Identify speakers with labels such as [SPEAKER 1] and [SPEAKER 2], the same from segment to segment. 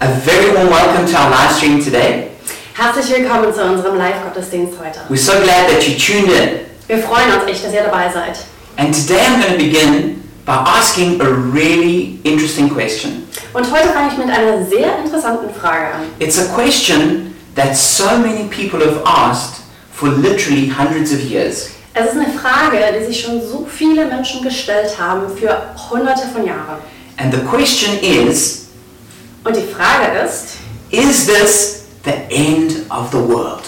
[SPEAKER 1] A very warm welcome to our live stream today.
[SPEAKER 2] Herzlich willkommen zu unserem Live-Gottesdienst heute.
[SPEAKER 1] We're so glad that you tuned in.
[SPEAKER 2] Wir freuen uns echt, dass ihr dabei seid.
[SPEAKER 1] And today I'm going to begin by asking a really interesting question.
[SPEAKER 2] Und heute fange ich mit einer sehr interessanten Frage an.
[SPEAKER 1] It's a question that so many people have asked for literally hundreds of years.
[SPEAKER 2] Es ist eine Frage, die sich schon so viele Menschen gestellt haben für hunderte von Jahren.
[SPEAKER 1] And the question is
[SPEAKER 2] Und die Frage ist,
[SPEAKER 1] Is this the end of the world?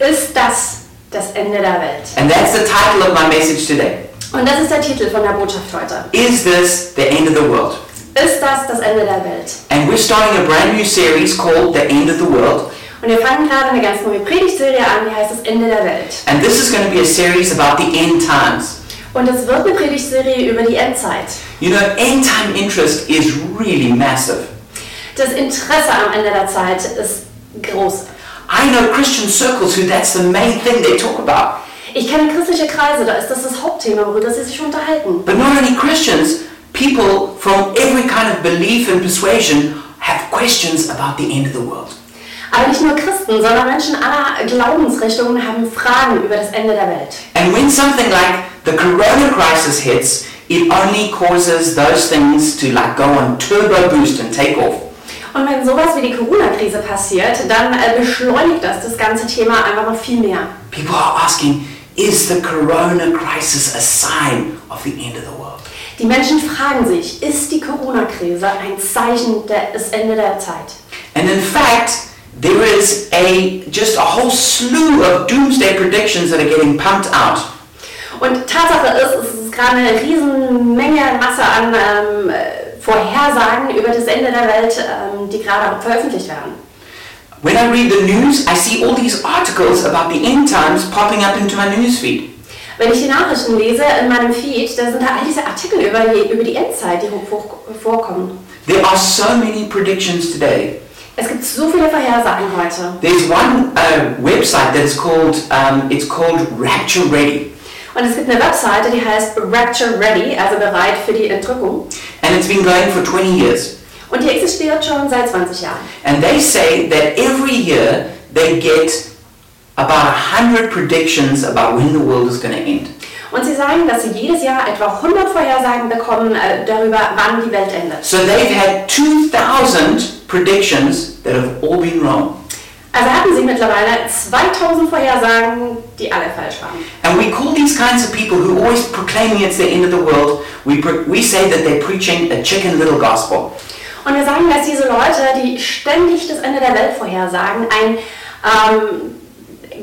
[SPEAKER 2] ist das das Ende der Welt?
[SPEAKER 1] And that's the title of my message today.
[SPEAKER 2] Und das ist der Titel von der Botschaft heute.
[SPEAKER 1] Is this the end of the world?
[SPEAKER 2] Ist das das Ende der Welt?
[SPEAKER 1] And we're starting a brand new series called The End of the World.
[SPEAKER 2] Und wir fangen gerade eine ganz neue Predigtserie an, die heißt das Ende der Welt.
[SPEAKER 1] And this is going to be a series about the end times.
[SPEAKER 2] Und es wird eine Predigtserie über die Endzeit.
[SPEAKER 1] You know, end time interest is really massive.
[SPEAKER 2] Das Interesse am Ende der Zeit ist groß.
[SPEAKER 1] I know Christian circles who that's the main thing they talk about.
[SPEAKER 2] Ich kenne christliche Kreise, da ist das das Hauptthema, worüber sie sich unterhalten.
[SPEAKER 1] But not only Christians, people from every kind of belief and persuasion have questions about the end of the world.
[SPEAKER 2] Aber nicht nur Christen, sondern Menschen aller Glaubensrichtungen haben Fragen über das Ende der Welt.
[SPEAKER 1] And when something like the corona crisis hits, it only causes those things to like go on turbo boost and take off.
[SPEAKER 2] Und wenn sowas wie die Corona-Krise passiert, dann äh, beschleunigt das das ganze Thema einfach noch viel mehr.
[SPEAKER 1] People are asking, is the corona crisis a sign of the end of the world?
[SPEAKER 2] Die Menschen fragen sich, ist die Corona-Krise ein Zeichen der, des Ende der Zeit?
[SPEAKER 1] And in fact, there is a just a whole slew of doomsday predictions that are getting pumped out.
[SPEAKER 2] Und Tatsache ist, es ist gerade eine riesen Menge, Masse an ähm, äh, Vorhersagen über das Ende der Welt, ähm, die gerade veröffentlicht werden.
[SPEAKER 1] When I read the news, I see all these articles about the end times popping up into my newsfeed.
[SPEAKER 2] Wenn ich die Nachrichten lese in meinem Feed, da sind da all diese Artikel über die, über die Endzeit, die hoch, hoch, vorkommen.
[SPEAKER 1] There are so many predictions today.
[SPEAKER 2] Es gibt so viele Vorhersagen heute.
[SPEAKER 1] There's one uh, website that's called um, it's called Rapture Ready,
[SPEAKER 2] Und es gibt eine Webseite, die heißt Rapture Ready, also bereit für die Entrückung.
[SPEAKER 1] and it's been going for 20 years.
[SPEAKER 2] Und die existiert schon seit 20 Jahren.
[SPEAKER 1] And they say that every year they get about 100 predictions about when the world is going to end.
[SPEAKER 2] Und sie sagen, dass sie jedes Jahr etwa 100 Vorhersagen bekommen äh, darüber, wann die Welt endet.
[SPEAKER 1] So they've had 2,000 predictions that have all been wrong.
[SPEAKER 2] Also hatten sie mittlerweile 2000 Vorhersagen, die alle falsch waren.
[SPEAKER 1] And we call these kinds of people who always proclaiming it's the end of the world, we, pre- we say that they're preaching a chicken little gospel.
[SPEAKER 2] Und wir sagen, dass diese Leute, die ständig das Ende der Welt vorhersagen, ein, ähm,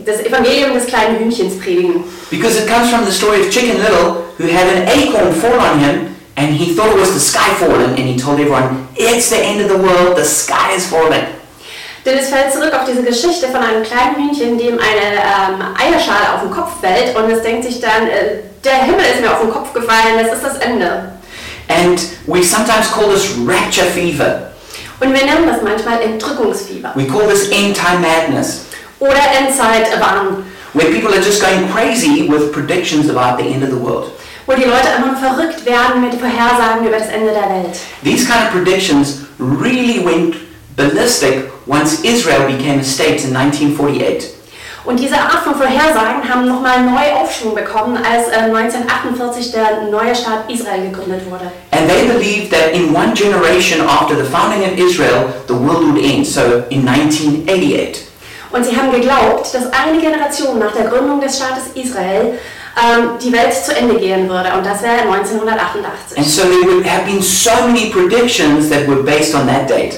[SPEAKER 2] das Evangelium des kleinen Hühnchens predigen.
[SPEAKER 1] Because it comes from the story of Chicken Little, who had an acorn fall on him, and he thought it was the sky falling, and he told everyone, It's the end of the world, the sky is falling.
[SPEAKER 2] Denn es fällt zurück auf diese Geschichte von einem kleinen Hühnchen, dem eine ähm, Eierschale auf den Kopf fällt und es denkt sich dann, äh, der Himmel ist mir auf den Kopf gefallen, das ist das Ende.
[SPEAKER 1] And we sometimes call this rapture fever.
[SPEAKER 2] Und wir nennen das manchmal Entrückungsfieber
[SPEAKER 1] We call this end time madness,
[SPEAKER 2] oder Endzeitwahn,
[SPEAKER 1] where people are just going crazy with predictions about the end of the world.
[SPEAKER 2] wo die Leute einfach nur verrückt werden mit Vorhersagen über das Ende der Welt.
[SPEAKER 1] These kind of predictions really went ballistic once Israel became a state in 1948.
[SPEAKER 2] Und diese Art von Vorhersagen haben nochmal neu Aufschwung bekommen, als äh, 1948 der neue Staat Israel gegründet wurde.
[SPEAKER 1] And they believed that in one generation after the founding of Israel, the world would end, so in 1988.
[SPEAKER 2] Und sie haben geglaubt, dass eine Generation nach der Gründung des Staates Israel ähm, die Welt zu Ende gehen würde. Und das wäre
[SPEAKER 1] And
[SPEAKER 2] 1988.
[SPEAKER 1] so there would have been so many predictions that were based on that date.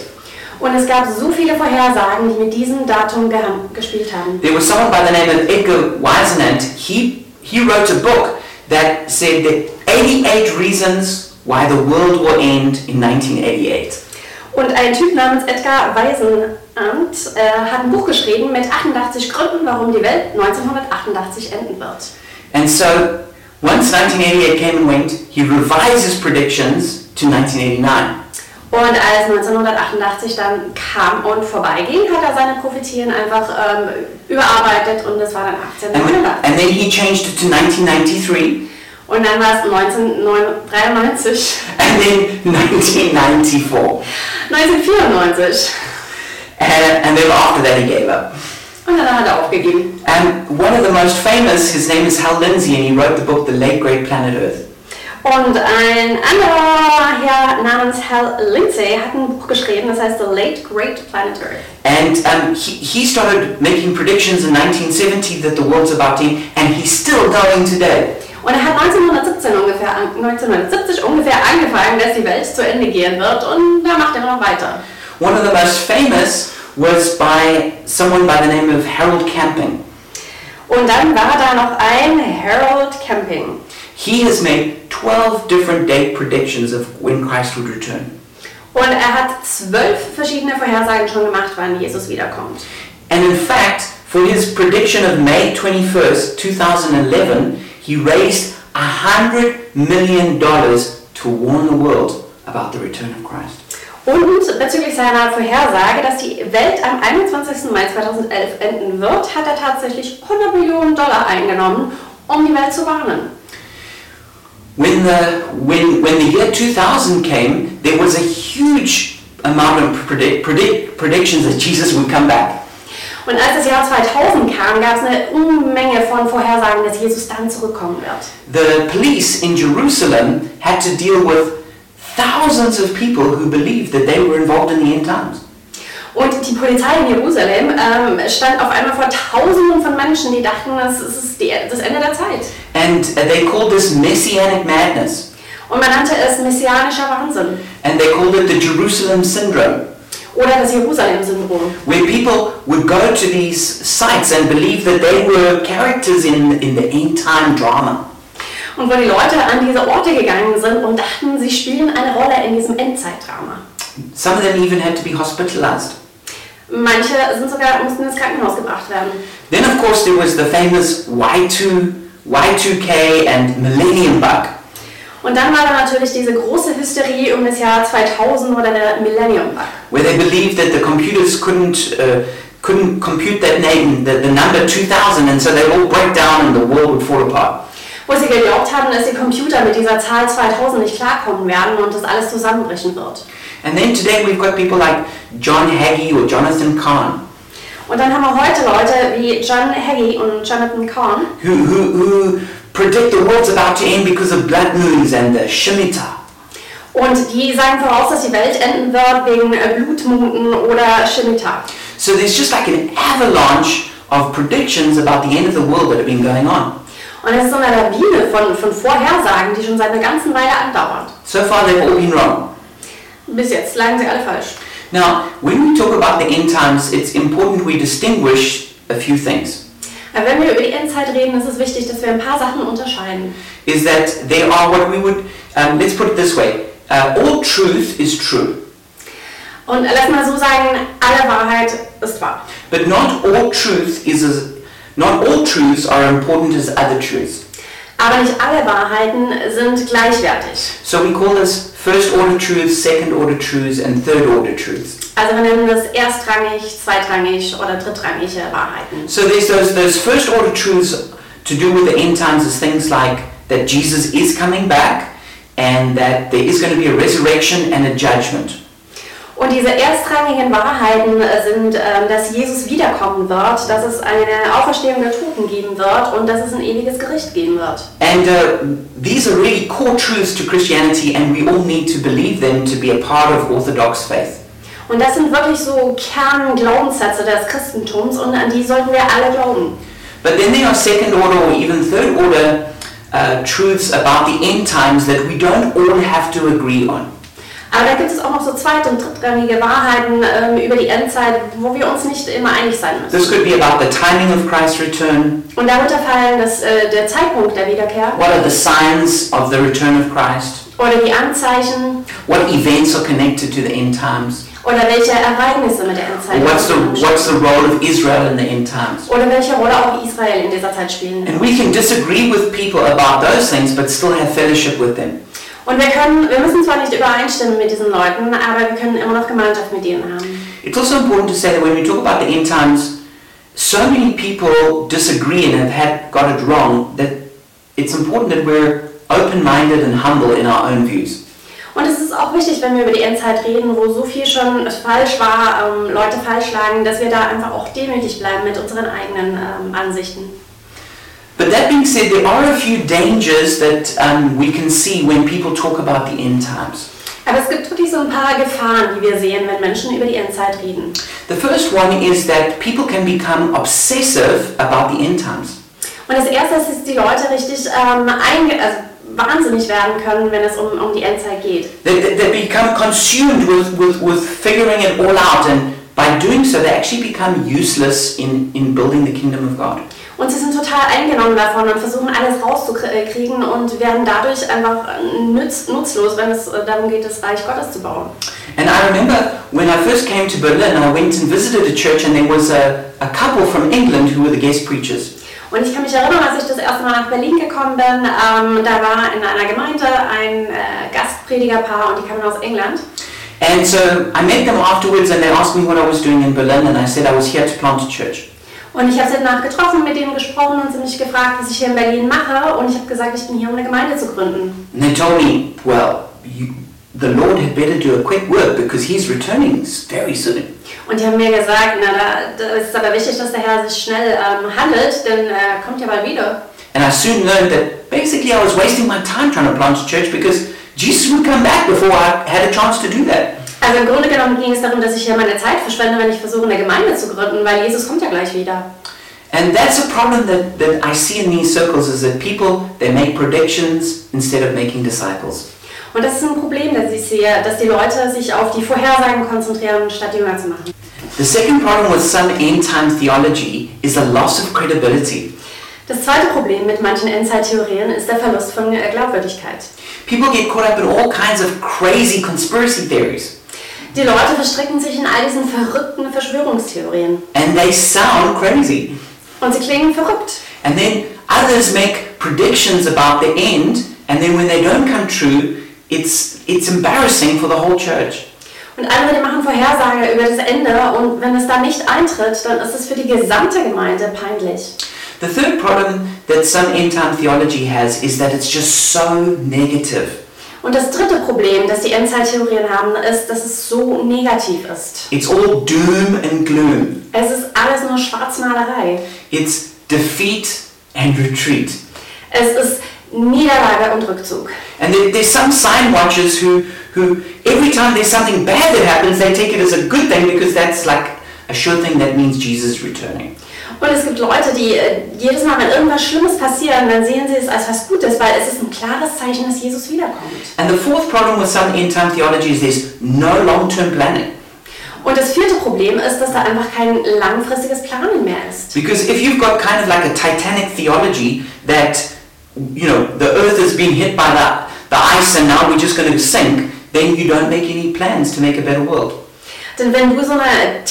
[SPEAKER 2] Und es gab so viele Vorhersagen, die mit diesem Datum geha- gespielt haben.
[SPEAKER 1] There was someone by the name of Edgar Wisenant, he, he wrote a book that said that 88 reasons why the world will end in 1988.
[SPEAKER 2] Und ein Typ namens Edgar Weisenamt äh, hat ein Buch geschrieben mit 88 Gründen, warum die Welt 1988 enden wird.
[SPEAKER 1] And so, once 1988 came and went, he revised his predictions to 1989.
[SPEAKER 2] Und als 1988 dann kam und vorbeiging, hat er seine Prophetien einfach ähm, überarbeitet und es war dann
[SPEAKER 1] And, when-
[SPEAKER 2] 1800.
[SPEAKER 1] and then he changed it to 1993,
[SPEAKER 2] Und dann war es 1993,
[SPEAKER 1] and then 1994.
[SPEAKER 2] 1994.
[SPEAKER 1] and, and then after that he gave up.
[SPEAKER 2] Und dann hat er aufgegeben.
[SPEAKER 1] And one of the most famous, his name is Hal Lindsey, and he wrote the book The Late Great Planet Earth.
[SPEAKER 2] Und ein anderer Herr namens Hal Lindsay hat ein Buch geschrieben, das heißt The Late Great Planet Earth.
[SPEAKER 1] And um, he, he started making predictions in 1970 that the world's about to end, and he's still going today.
[SPEAKER 2] Und er hat 1917 ungefähr, an- 1970 ungefähr angefangen, dass die Welt zu Ende gehen wird und da macht er noch weiter.
[SPEAKER 1] One of the most famous was by someone by the name of Harold Camping.
[SPEAKER 2] Und dann war da noch ein Harold Camping.
[SPEAKER 1] He has made 12 different date predictions of when Christ would return.
[SPEAKER 2] Und er hat zwölf verschiedene Vorhersagen schon gemacht, wann Jesus wiederkommt.
[SPEAKER 1] And in fact, for his prediction of May 21st, 2011, he raised $100 million to warn the world about the return of Christ.
[SPEAKER 2] Und bezüglich seiner Vorhersage, dass die Welt am 21. Mai 2011 enden wird, hat er tatsächlich 100 Millionen Dollar eingenommen, um die Welt zu warnen.
[SPEAKER 1] When the, when, when the year 2000 came, there was a huge amount of predict, predict, predictions that Jesus would come back.
[SPEAKER 2] Und als das Jahr 2000 kam, gab es eine Unmenge von Vorhersagen, dass Jesus dann zurückkommen wird.
[SPEAKER 1] The police in Jerusalem had to deal with thousands of people who believed that they were involved in the end times.
[SPEAKER 2] Und die Polizei in Jerusalem ähm, stand auf einmal vor Tausenden von Menschen, die dachten, das ist die, das Ende der Zeit.
[SPEAKER 1] And uh, they called this messianic madness.
[SPEAKER 2] Und man nannte es messianischer Wahnsinn
[SPEAKER 1] And they called it the Jerusalem syndrome,
[SPEAKER 2] oder das Jerusalem-Syndrom.
[SPEAKER 1] where people would go to these sites and believe that they were characters in, in the end time drama.
[SPEAKER 2] Und wo die Leute an diese Orte gegangen sind und dachten, sie spielen eine Rolle in diesem Endzeitdrama.
[SPEAKER 1] Some of them even had to be hospitalized.
[SPEAKER 2] Manche sind sogar, mussten ins Krankenhaus gebracht werden.
[SPEAKER 1] Then, of course, there was the famous Y2, Y2K and Millennium Bug.
[SPEAKER 2] Und dann war da natürlich diese große Hysterie um das Jahr 2000 oder der Millennium-Bug.
[SPEAKER 1] where they believed that the computers couldn't uh, couldn't compute that name, the, the number 2000, and so they all break down and the world would fall apart.
[SPEAKER 2] wo sie geglaubt haben, dass die Computer mit dieser Zahl 2000 nicht klarkommen werden und das alles zusammenbrechen wird.
[SPEAKER 1] And then today we've got people like John Hagee or Jonathan Kahn
[SPEAKER 2] Und dann haben wir heute Leute wie John Hagee und Jonathan Korn,
[SPEAKER 1] who, who, who predict the world's about to end because of blood moons and the Shemitah.
[SPEAKER 2] und die sagen voraus, dass die Welt enden wird wegen äh, Blutmuten oder Shemitah.
[SPEAKER 1] So there's just like an avalanche of predictions about the end of the world that have been going on.
[SPEAKER 2] Und es ist so eine Lawine von, von Vorhersagen, die schon seit einer ganzen Weile andauert.
[SPEAKER 1] So far they've all been wrong.
[SPEAKER 2] Bis jetzt lagen sie alle falsch.
[SPEAKER 1] Now, when we talk about the end times, it's important we distinguish a few things.
[SPEAKER 2] Aber wenn wir über die Endzeit reden, ist es wichtig, dass wir ein paar Sachen unterscheiden.
[SPEAKER 1] is that they are what we would, um, let's put it this way, uh, all truth is true,
[SPEAKER 2] Und äh, lass mal so sagen, alle Wahrheit ist wahr.
[SPEAKER 1] but not all truth is as, not all truths are important as other truths.
[SPEAKER 2] Aber nicht alle Wahrheiten sind gleichwertig.
[SPEAKER 1] So we call this first order truths, second order truths, and third order truths.
[SPEAKER 2] Also wir nennen das erstrangig, zweitrangig oder drittrangige Wahrheiten.
[SPEAKER 1] So there's those, those first order truths to do with the end times is things like that Jesus is coming back and that there is going to be a resurrection and a judgment.
[SPEAKER 2] Und diese erstrangigen Wahrheiten äh, sind, ähm, dass Jesus wiederkommen wird, dass es eine Auferstehung der Toten geben wird und dass es ein ewiges Gericht geben wird.
[SPEAKER 1] And uh, these are really core truths to Christianity, and we all need to believe them to be a part of Orthodox faith.
[SPEAKER 2] Und das sind wirklich so Kernglaubenssätze des Christentums und an die sollten wir alle glauben.
[SPEAKER 1] But then there are second order or even third order uh, truths about the end times that we don't all have to agree on.
[SPEAKER 2] Aber da gibt es auch noch so zweit- und drittrangige Wahrheiten ähm, über die Endzeit, wo wir uns nicht immer einig sein müssen.
[SPEAKER 1] This could be about the timing of Christ's return,
[SPEAKER 2] Und darunter fallen das, äh, der Zeitpunkt der Wiederkehr
[SPEAKER 1] what are the signs of the return of Christ,
[SPEAKER 2] oder die Anzeichen
[SPEAKER 1] what events are connected to the end times,
[SPEAKER 2] oder welche Ereignisse mit der Endzeit
[SPEAKER 1] or what's the,
[SPEAKER 2] zusammenhängen.
[SPEAKER 1] what's the role of Israel in the end times.
[SPEAKER 2] oder welche Rolle auch Israel in dieser Zeit spielen.
[SPEAKER 1] And we can disagree with people about those things, but still have fellowship with them.
[SPEAKER 2] Und wir können, wir müssen zwar nicht übereinstimmen mit diesen Leuten, aber wir können immer noch Gemeinschaft mit ihnen haben.
[SPEAKER 1] It's also important to say that when we talk about the end times, so many people disagree and have had, got it wrong that it's important that we're open minded and humble in our own views.
[SPEAKER 2] Und es ist auch wichtig, wenn wir über die Endzeit reden, wo so viel schon falsch war, ähm, Leute falsch lagen, dass wir da einfach auch demütig bleiben mit unseren eigenen ähm, Ansichten.
[SPEAKER 1] But that being said, there are a few dangers that um, we can see when people talk about the end times.
[SPEAKER 2] Aber es gibt wirklich so ein paar Gefahren, die wir sehen, wenn Menschen über die Endzeit reden.
[SPEAKER 1] The first one is that people can become obsessive about the end times.
[SPEAKER 2] Und das Erste ist, dass die Leute richtig ähm, einge also wahnsinnig werden können, wenn es um, um die Endzeit geht.
[SPEAKER 1] They, they, they become consumed with, with, with figuring it all out, and by doing so, they actually become useless in, in building the kingdom of God.
[SPEAKER 2] Und sie sind total eingenommen davon und versuchen alles rauszukriegen und werden dadurch einfach nütz, nutzlos, wenn es äh, darum geht, das Reich Gottes zu bauen.
[SPEAKER 1] And I remember when I first came to Berlin, I went and visited a church, and there was a, a couple from England who were the guest preachers.
[SPEAKER 2] Und ich kann mich erinnern, als ich das erste Mal nach Berlin gekommen bin, ähm, da war in einer Gemeinde ein äh, Gastpredigerpaar und die kamen aus England.
[SPEAKER 1] And so I met them afterwards, and they asked me what I was doing in Berlin, and I said I was here to plant a church.
[SPEAKER 2] Und ich habe sie danach getroffen, mit denen gesprochen und sie mich gefragt, was ich hier in Berlin mache. Und ich habe gesagt, ich bin hier, um eine Gemeinde zu gründen.
[SPEAKER 1] And they told me, well, you, the Lord had better do a quick work because He's returning very soon.
[SPEAKER 2] Und die haben mir gesagt, na, da, da ist es aber wichtig, dass der Herr sich schnell ähm, handelt, denn äh, kommt ja bald wieder.
[SPEAKER 1] And I soon learned that basically I was wasting my time trying to plant a church because Jesus would come back before I had a chance to do that.
[SPEAKER 2] Also im Grunde genommen ging es darum, dass ich hier meine Zeit verschwende, wenn ich versuche, eine Gemeinde zu gründen, weil Jesus kommt ja gleich wieder.
[SPEAKER 1] And that's a problem that, that I see in these circles is that people, they make predictions instead of making disciples.
[SPEAKER 2] Und das ist ein Problem, das ich sehe, dass die Leute sich auf die Vorhersagen konzentrieren, statt Jünger zu machen.
[SPEAKER 1] The second problem with some end time theology is the loss of credibility.
[SPEAKER 2] Das zweite Problem mit manchen Endzeittheorien ist der Verlust von äh, Glaubwürdigkeit.
[SPEAKER 1] People get caught up in all kinds of crazy conspiracy theories
[SPEAKER 2] Die Leute verstricken sich in all diesen verrückten Verschwörungstheorien.
[SPEAKER 1] and they sound crazy.
[SPEAKER 2] Und sie klingen verrückt.
[SPEAKER 1] And then others make predictions about the end, and then when they don't come true, it's, it's embarrassing for the whole church.
[SPEAKER 2] Und andere die machen Vorhersage über das Ende und wenn es dann nicht eintritt, dann ist es für die gesamte Gemeinde peinlich.
[SPEAKER 1] The third problem that some end time theology has is that it's just so negative.
[SPEAKER 2] Und das dritte Problem, das die Endzeittheorien haben, ist, dass es so negativ ist.
[SPEAKER 1] It's all doom and gloom.
[SPEAKER 2] Es ist alles nur Schwarzmalerei.
[SPEAKER 1] It's defeat and retreat.
[SPEAKER 2] Es ist Niederlage und Rückzug.
[SPEAKER 1] And there, there's some sign watchers who, who, every time there's something bad that happens, they take it as a good thing because that's like a sure thing that means Jesus is returning.
[SPEAKER 2] Und es gibt Leute, die äh, jedes Mal, wenn irgendwas Schlimmes passiert, dann sehen sie es als was Gutes, weil es ist ein klares Zeichen, dass Jesus wiederkommt.
[SPEAKER 1] And the fourth problem with some end time theology is there's no long term planning.
[SPEAKER 2] Und das vierte Problem ist, dass da einfach kein langfristiges Planen mehr ist.
[SPEAKER 1] Because if you've got kind of like a Titanic theology that, you know, the earth has been hit by the, the ice and now we're just going to sink, then you don't make any plans to make a better world.
[SPEAKER 2] Denn wenn du so eine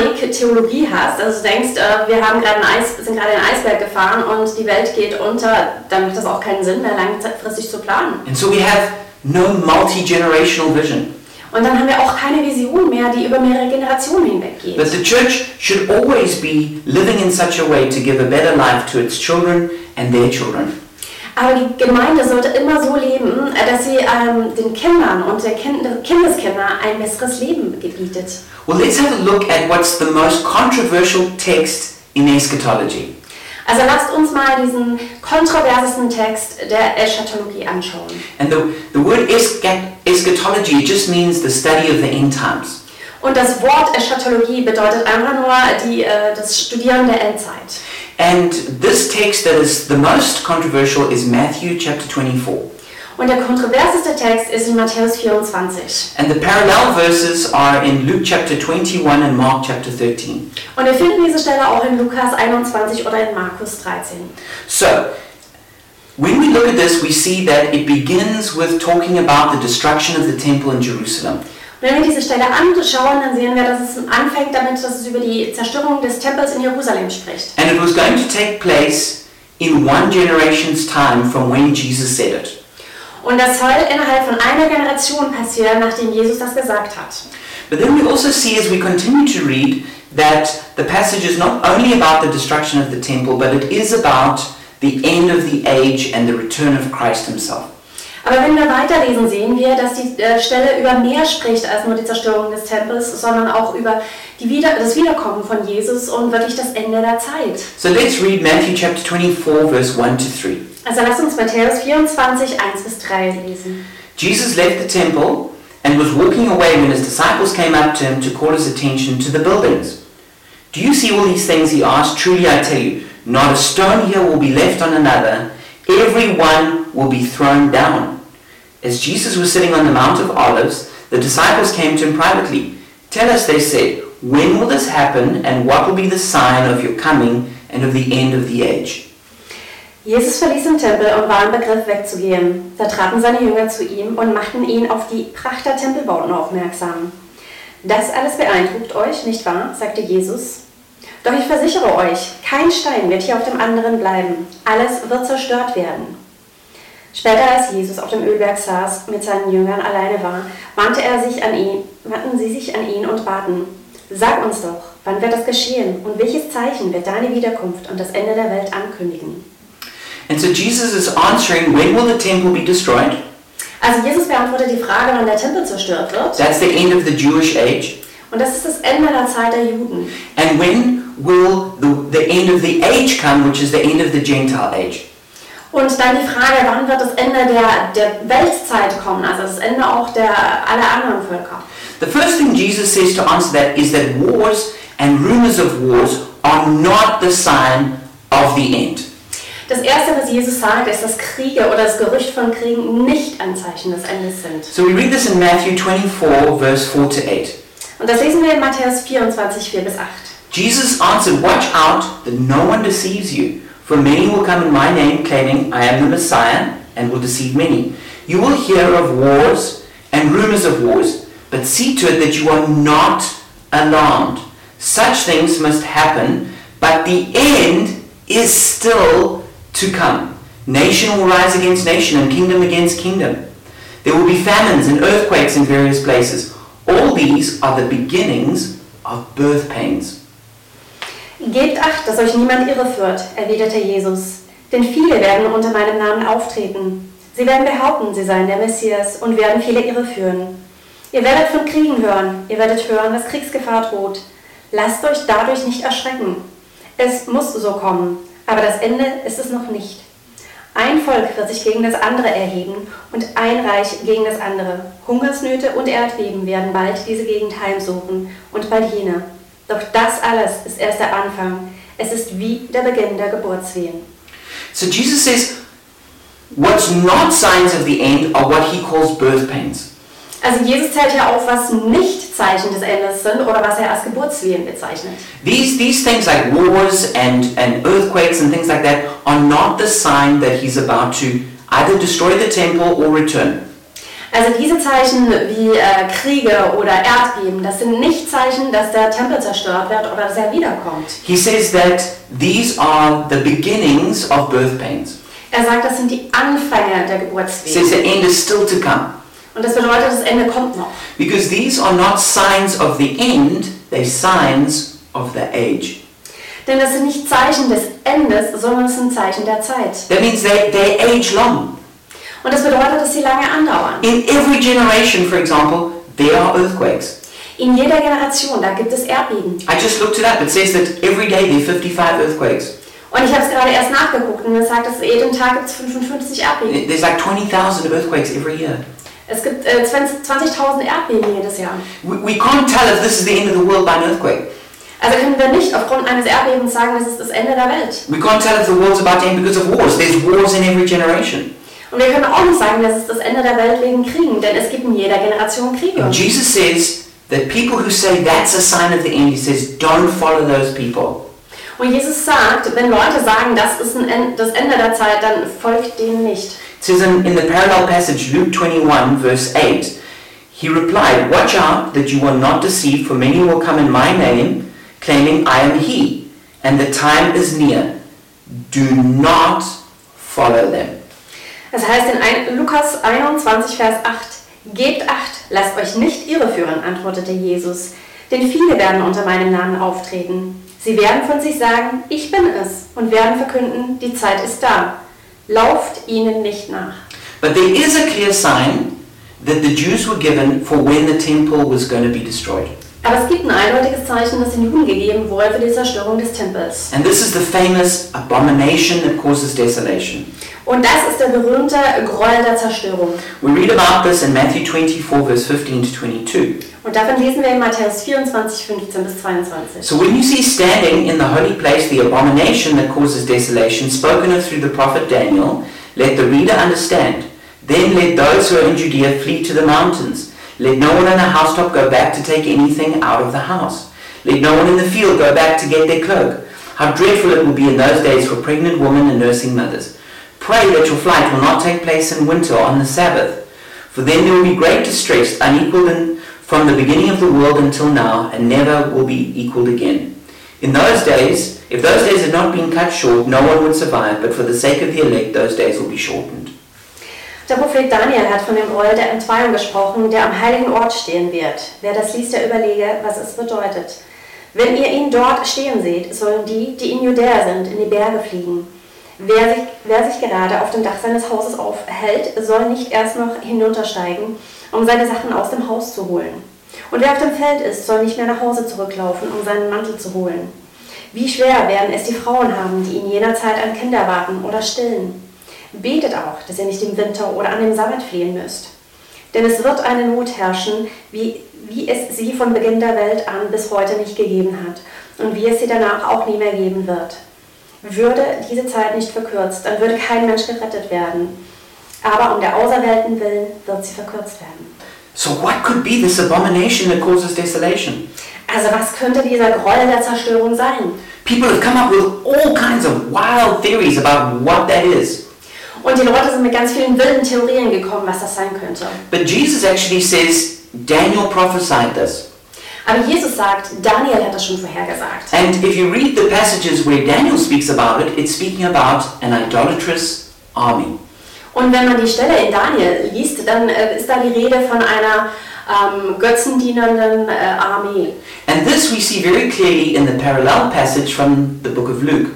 [SPEAKER 2] Titanic-Theologie hast, also du denkst, äh, wir haben gerade ein Eis, sind gerade in einen Eisberg gefahren und die Welt geht unter, dann macht das auch keinen Sinn mehr, langfristig zu planen.
[SPEAKER 1] And so we have no multi generational vision.
[SPEAKER 2] Und dann haben wir auch keine Vision mehr, die über mehrere Generationen hinweg geht.
[SPEAKER 1] But the church should always be living in such a way to give a better life to its children and their children.
[SPEAKER 2] Aber die Gemeinde sollte immer so leben, äh, dass sie ähm, den Kindern und der kind Kindeskindern ein besseres Leben gebietet.
[SPEAKER 1] Well, let's have a look at what's the most controversial text in eschatology.
[SPEAKER 2] Also lasst uns mal diesen kontroversesten Text der Eschatologie anschauen.
[SPEAKER 1] And the, the word escha- eschatology just means the study of the end times.
[SPEAKER 2] Und das Wort Eschatologie bedeutet einfach nur die, äh, das Studieren der Endzeit.
[SPEAKER 1] And this text that is the most controversial is Matthew chapter 24.
[SPEAKER 2] Und der kontroverseste Text ist in Matthäus 24.
[SPEAKER 1] And the parallel verses are in Luke chapter 21 and Mark chapter 13.
[SPEAKER 2] Und wir finden diese Stelle auch in Lukas 21 oder in Markus 13.
[SPEAKER 1] So, when we look at this, we see that it begins with talking about the destruction of the temple in Jerusalem.
[SPEAKER 2] Und wenn wir diese Stelle anschauen, dann sehen wir, dass es anfängt damit, dass es über die Zerstörung des Tempels in Jerusalem spricht.
[SPEAKER 1] And it was going to take place in one generation's time from when Jesus said it.
[SPEAKER 2] Und das soll innerhalb von einer Generation passieren, nachdem Jesus das gesagt hat.
[SPEAKER 1] But then we also see as we continue to read that the passage is not only about the destruction of the temple, but it is about the end of the age and the return of Christ himself.
[SPEAKER 2] Aber wenn wir weiterlesen, sehen wir, dass die äh, Stelle über mehr spricht als nur die Zerstörung des Tempels, sondern auch über die Wieder das Wiederkommen von Jesus und wirklich das Ende der Zeit.
[SPEAKER 1] So let's read Matthew chapter 24, verse 1 to 3.
[SPEAKER 2] Also lasst uns Matthäus 24, 1 bis 3 lesen.
[SPEAKER 1] Jesus left the temple and was walking away when his disciples came up to him to call his attention to the buildings. Do you see all these things? He asked. Truly I tell you, not a stone here will be left on another. Every one will be thrown down. As Jesus was sitting on the Mount of Olives, the disciples came to him privately. Tell us, they said, when will this happen and what will be the sign of your coming and of the end of the age?
[SPEAKER 2] Jesus verließ den Tempel und war im Begriff wegzugehen. Da traten seine Jünger zu ihm und machten ihn auf die Pracht der Tempelbauten aufmerksam. Das alles beeindruckt euch, nicht wahr? sagte Jesus. Doch ich versichere euch, kein Stein wird hier auf dem anderen bleiben. Alles wird zerstört werden. Später, als Jesus auf dem Ölberg saß, mit seinen Jüngern alleine war, wandte er sich an ihn, wandten sie sich an ihn und baten: Sag uns doch, wann wird das geschehen und welches Zeichen wird deine Wiederkunft und das Ende der Welt ankündigen?
[SPEAKER 1] And so Jesus is answering, when will the temple be destroyed?
[SPEAKER 2] Also Jesus beantwortet die Frage, wann der Tempel zerstört wird.
[SPEAKER 1] That's the end of the Jewish age.
[SPEAKER 2] Und das ist das Ende der Zeit der Juden.
[SPEAKER 1] And when will the, the end of the age come, which is the end of the Gentile age?
[SPEAKER 2] Und dann die Frage, wann wird das Ende der, der Weltzeit kommen, also das Ende auch der aller anderen Völker.
[SPEAKER 1] The first thing Jesus says to answer that is that wars and rumors of wars are not the sign of the end.
[SPEAKER 2] Das Erste, was Jesus sagt, ist, dass Kriege oder das Gerücht von Kriegen nicht ein Zeichen des Endes sind.
[SPEAKER 1] So we read this in Matthew 24, verse 4 to 8.
[SPEAKER 2] Und das lesen wir in Matthäus 24, 4 bis 8.
[SPEAKER 1] Jesus answered, Watch out that no one deceives you, for many will come in my name, claiming, I am the Messiah, and will deceive many. You will hear of wars and rumors of wars, but see to it that you are not alarmed. Such things must happen, but the end is still to come. Nation will rise against nation, and kingdom against kingdom. There will be famines and earthquakes in various places. All these are the beginnings of birth pains.
[SPEAKER 2] Gebt acht, dass euch niemand irreführt, erwiderte Jesus. Denn viele werden unter meinem Namen auftreten. Sie werden behaupten, sie seien der Messias und werden viele irreführen. Ihr werdet von Kriegen hören, ihr werdet hören, dass Kriegsgefahr droht. Lasst euch dadurch nicht erschrecken. Es muss so kommen, aber das Ende ist es noch nicht. Ein Volk wird sich gegen das andere erheben und ein Reich gegen das andere. Hungersnöte und Erdbeben werden bald diese Gegend heimsuchen und bald jene. Doch das alles ist erst der Anfang. Es ist wie der Beginn der Geburtswehen.
[SPEAKER 1] So Jesus says, what's not signs of the end are what he calls birth pains.
[SPEAKER 2] Also Jesus zählt ja auf, was nicht Zeichen des Endes sind oder was er als Geburtswehen bezeichnet.
[SPEAKER 1] These, these things like wars and, and earthquakes and things like that are not the sign that he's about to either destroy the temple or return.
[SPEAKER 2] Also diese Zeichen wie äh, Kriege oder Erdbeben, das sind nicht Zeichen, dass der Tempel zerstört wird oder dass er wiederkommt.
[SPEAKER 1] He says that these are the beginnings of birth pains.
[SPEAKER 2] Er sagt, das sind die Anfänge der
[SPEAKER 1] He
[SPEAKER 2] Geburtswehen.
[SPEAKER 1] says the end is still to come.
[SPEAKER 2] Und das bedeutet, das Ende kommt noch.
[SPEAKER 1] Because these are not signs of the end, they're signs of the age.
[SPEAKER 2] Denn das sind nicht Zeichen des Endes, sondern es sind Zeichen der Zeit.
[SPEAKER 1] That means they, they age long.
[SPEAKER 2] Und das bedeutet, dass sie lange andauern.
[SPEAKER 1] In every generation, for example, there are earthquakes.
[SPEAKER 2] In jeder Generation, da gibt es Erdbeben.
[SPEAKER 1] I just looked it up. It says that every day there are 55 earthquakes.
[SPEAKER 2] Und ich habe es gerade erst nachgeguckt und es sagt, dass jeden Tag gibt es 55 Erdbeben.
[SPEAKER 1] There's like 20,000 earthquakes every year.
[SPEAKER 2] Es gibt äh, 20 20.000 Erdbeben jedes Jahr.
[SPEAKER 1] We, we can't tell if this is the end of the world by an earthquake.
[SPEAKER 2] Also können wir nicht aufgrund eines Erdbebens sagen, das ist das Ende der Welt.
[SPEAKER 1] We can't tell if the world's about to end because of wars. There's wars in every generation.
[SPEAKER 2] Und wir können auch nicht sagen, das ist das Ende der Welt wegen Kriegen, denn es gibt in jeder Generation Kriege.
[SPEAKER 1] And Jesus says that people who say that's a sign of the end, he says, don't follow those people.
[SPEAKER 2] Und Jesus sagt, wenn Leute sagen, das ist ein End, das Ende der Zeit, dann folgt denen nicht.
[SPEAKER 1] It says in, in the parallel passage, Luke 21, verse 8, he replied, Watch out that you are not deceived, for many will come in my name, claiming I am he, and the time is near. Do not follow them.
[SPEAKER 2] Das heißt in ein, Lukas 21, Vers 8, Gebt acht, lasst euch nicht irreführen, antwortete Jesus, denn viele werden unter meinem Namen auftreten. Sie werden von sich sagen, ich bin es, und werden verkünden, die Zeit ist da. Lauft ihnen nicht nach.
[SPEAKER 1] But there is a clear sign that the Jews were given for when the temple was going to be destroyed.
[SPEAKER 2] Aber es gibt ein eindeutiges Zeichen, das den Juden gegeben wurde für die Zerstörung des Tempels.
[SPEAKER 1] And this is the famous abomination that causes desolation.
[SPEAKER 2] Und das ist der berühmte Groll der Zerstörung.
[SPEAKER 1] We read about this in Matthew 24, verse 15 to 22.
[SPEAKER 2] Und davon lesen wir in Matthäus 24, 15 bis 22.
[SPEAKER 1] So when you see standing in the holy place the abomination that causes desolation, spoken of through the prophet Daniel, let the reader understand. Then let those who are in Judea flee to the mountains. Let no one on the housetop go back to take anything out of the house. Let no one in the field go back to get their cloak. How dreadful it will be in those days for pregnant women and nursing mothers. Pray that your flight will not take place in winter on the Sabbath. For then there will be great distress, unequaled in, from the beginning of the world until now, and never will be equaled again. In those days, if those days had not been cut short, no one would survive, but for the sake of the elect, those days will be shortened.
[SPEAKER 2] Der Prophet Daniel hat von dem Groll der Entweihung gesprochen, der am heiligen Ort stehen wird. Wer das liest, der überlege, was es bedeutet. Wenn ihr ihn dort stehen seht, sollen die, die in Judäa sind, in die Berge fliegen. Wer sich, wer sich gerade auf dem Dach seines Hauses aufhält, soll nicht erst noch hinuntersteigen, um seine Sachen aus dem Haus zu holen. Und wer auf dem Feld ist, soll nicht mehr nach Hause zurücklaufen, um seinen Mantel zu holen. Wie schwer werden es die Frauen haben, die in jener Zeit an Kinder warten oder stillen. Betet auch, dass ihr nicht im Winter oder an dem Sabbat fliehen müsst. Denn es wird eine Not herrschen, wie, wie es sie von Beginn der Welt an bis heute nicht gegeben hat und wie es sie danach auch nie mehr geben wird. Würde diese Zeit nicht verkürzt, dann würde kein Mensch gerettet werden. Aber um der Auserwählten willen wird sie verkürzt werden.
[SPEAKER 1] So, what could be this abomination that causes desolation?
[SPEAKER 2] Also was könnte dieser Groll der Zerstörung sein?
[SPEAKER 1] People have come up with all kinds of wild theories about what that is.
[SPEAKER 2] Und die Leute sind mit ganz vielen wilden Theorien gekommen, was das sein könnte.
[SPEAKER 1] But Jesus actually says Daniel prophesied this.
[SPEAKER 2] Aber Jesus sagt, Daniel hat das schon vorhergesagt.
[SPEAKER 1] And if you read the passages where Daniel speaks about it, it's speaking about an idolatrous army.
[SPEAKER 2] Und wenn man die Stelle in Daniel liest, dann äh, ist da die Rede von einer ähm, götzendienernden äh, Armee.
[SPEAKER 1] And this we see very clearly in the parallel passage from the book of Luke.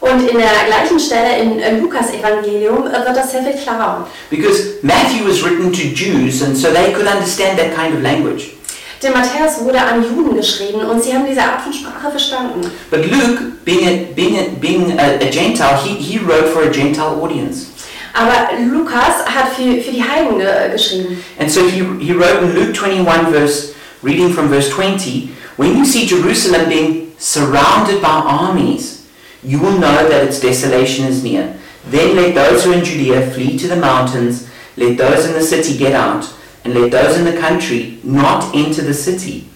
[SPEAKER 2] Und in der gleichen Stelle im äh, Lukas-Evangelium äh, wird das sehr viel klarer.
[SPEAKER 1] Because Matthew was written to Jews, and so they could understand that kind of language.
[SPEAKER 2] Denn Matthäus wurde an Juden geschrieben und sie haben diese Art von Sprache verstanden.
[SPEAKER 1] But Luke, being a, being a, being a, a Gentile, he, he wrote for a Gentile audience.
[SPEAKER 2] Aber Lukas hat für, für die Heiden ge geschrieben.
[SPEAKER 1] And so he, he wrote in Luke 21, verse, reading from verse 20, When you see Jerusalem being surrounded by armies, you will know that its desolation is near. Then let those who are in Judea flee to the mountains, let those in the city get out, and let those in the country not enter the city.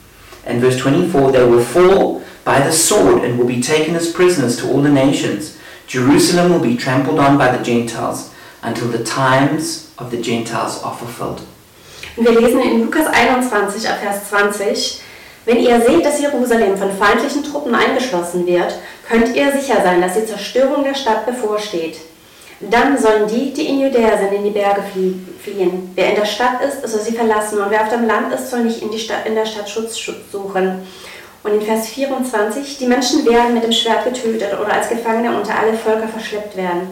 [SPEAKER 1] And verse 24, they will fall by the sword and will be taken as prisoners to all the nations. Jerusalem will be trampled on by the Gentiles until the times of the Gentiles are fulfilled.
[SPEAKER 2] Und wir lesen in Lukas 21, ab Vers 20, wenn ihr seht, dass Jerusalem von feindlichen Truppen eingeschlossen wird, könnt ihr sicher sein, dass die Zerstörung der Stadt bevorsteht. Dann sollen die, die in Judäa sind, in die Berge flie- fliehen. Wer in der Stadt ist, soll sie verlassen. Und wer auf dem Land ist, soll nicht in, die Stadt, in der Stadt Schutz schu- suchen. Und in Vers 24, die Menschen werden mit dem Schwert getötet oder als Gefangene unter alle Völker verschleppt werden.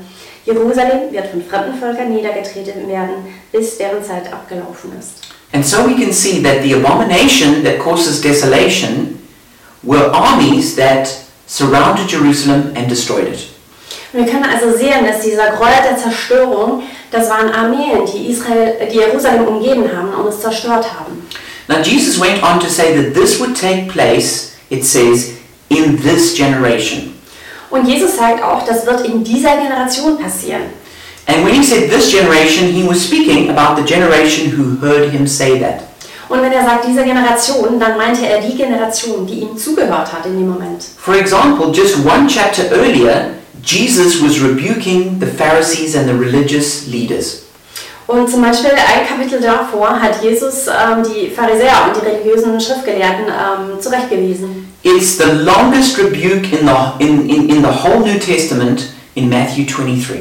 [SPEAKER 2] Jerusalem wird von fremden Völkern niedergetreten werden, bis deren Zeit abgelaufen ist.
[SPEAKER 1] And so we can see that the abomination that causes desolation were armies that surrounded Jerusalem and destroyed it.
[SPEAKER 2] Und wir können also sehen, dass dieser Gräuel der Zerstörung, das waren Armeen, die Israel, äh, die Jerusalem umgeben haben und es zerstört haben.
[SPEAKER 1] Now Jesus went on to say that this would take place, it says, in this generation.
[SPEAKER 2] Und Jesus sagt auch, das wird in dieser Generation passieren.
[SPEAKER 1] And when he said this generation, he was speaking about the generation who heard him say that.
[SPEAKER 2] Und wenn er sagt diese Generation, dann meinte er die Generation, die ihm zugehört hat in dem Moment.
[SPEAKER 1] For example, just one chapter earlier, Jesus was rebuking the Pharisees and the religious leaders.
[SPEAKER 2] Und zum Beispiel ein Kapitel davor hat Jesus ähm, die Pharisäer und die religiösen Schriftgelehrten ähm, zurechtgewiesen.
[SPEAKER 1] It's the longest rebuke in the, in, in, in the whole New Testament in Matthew 23.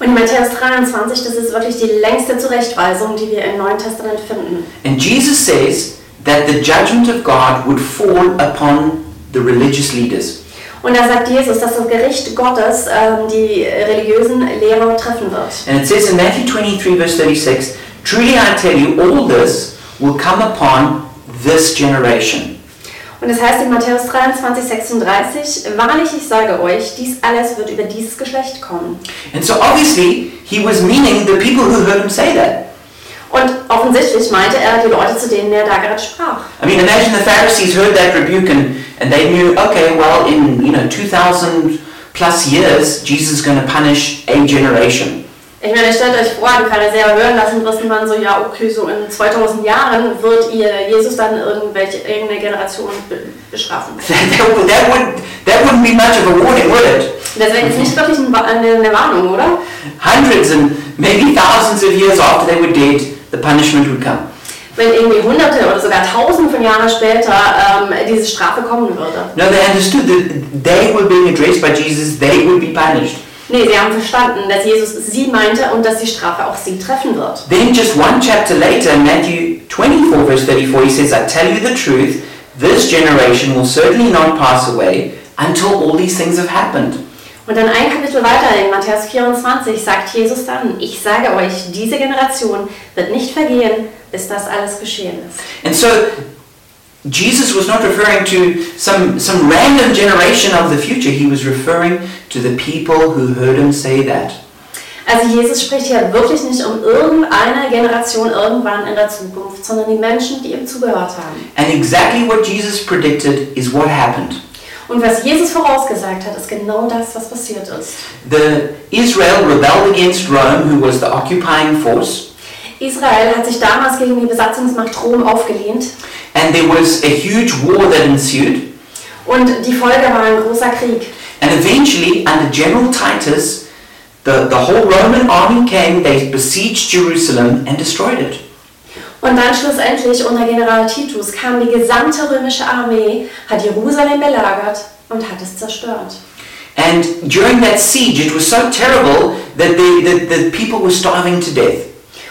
[SPEAKER 2] Und in Matthäus 23, das ist wirklich die längste Zurechtweisung, die wir im Neuen Testament finden.
[SPEAKER 1] And Jesus says that the judgment of God would fall upon the religious leaders.
[SPEAKER 2] Und da sagt Jesus, dass das Gericht Gottes ähm, die religiösen Lehrer treffen wird.
[SPEAKER 1] And it says in Matthew 23, verse 36, Truly I tell you, all this will come upon this generation.
[SPEAKER 2] Und es heißt in Matthäus 23, 36, Wahrlich, ich sage euch, dies alles wird über dieses Geschlecht kommen.
[SPEAKER 1] And so obviously, he was meaning the people who heard him say that.
[SPEAKER 2] Und offensichtlich meinte er die Leute, zu denen er da gerade sprach.
[SPEAKER 1] I mean, imagine the Pharisees heard that rebuke and, and they knew, okay, well, in, you know, 2,000 plus years, Jesus is going to punish a generation.
[SPEAKER 2] Ich meine, stellt euch vor, die Pharisäer hören lassen, wissen man so, ja, okay, so in 2000 Jahren wird ihr Jesus dann irgendwelche, irgendeine Generation be bestrafen.
[SPEAKER 1] That, that, would, that, would, that wouldn't be much of a warning, would it?
[SPEAKER 2] Deswegen ist nicht wirklich ein Wa- eine, eine Warnung, oder?
[SPEAKER 1] Hundreds and maybe thousands of years after they were dead, the punishment would come.
[SPEAKER 2] Wenn irgendwie Hunderte oder sogar Tausende von Jahren später ähm, diese Strafe kommen würde.
[SPEAKER 1] No, they understood that they were being addressed by Jesus, they would be punished.
[SPEAKER 2] Nee, sie haben verstanden, dass Jesus sie meinte und dass die Strafe auch sie treffen wird.
[SPEAKER 1] Then, just one chapter later, in Matthew 24, verse 34, he says, I tell you the truth, this generation will certainly not pass away until all these things have happened.
[SPEAKER 2] Und dann ein Kapitel weiter in Matthäus 24 sagt Jesus dann, ich sage euch, diese Generation wird nicht vergehen, bis das alles geschehen ist.
[SPEAKER 1] And so, Jesus was not referring to some, some random generation of the future, he was referring to the people who heard him say that.
[SPEAKER 2] Also Jesus spricht hier wirklich nicht um irgendeine Generation irgendwann in der Zukunft, sondern die Menschen, die ihm zugehört haben.
[SPEAKER 1] And exactly what Jesus predicted is what happened.
[SPEAKER 2] Und was Jesus vorausgesagt hat, ist genau das, was passiert ist.
[SPEAKER 1] The Israel rebelled against Rome, who was the occupying force.
[SPEAKER 2] Israel hat sich damals gegen die Besatzungsmacht Rom aufgelehnt
[SPEAKER 1] And there was a huge war that ensued.
[SPEAKER 2] und die Folge war ein großer Krieg.
[SPEAKER 1] And eventually, under General Titus, the, the whole Roman army came, they besieged Jerusalem and destroyed it.
[SPEAKER 2] Und dann schlussendlich unter General Titus kam die gesamte römische Armee, hat Jerusalem belagert und hat es zerstört.
[SPEAKER 1] And during that siege, it was so terrible that the, the, the people were starving to death.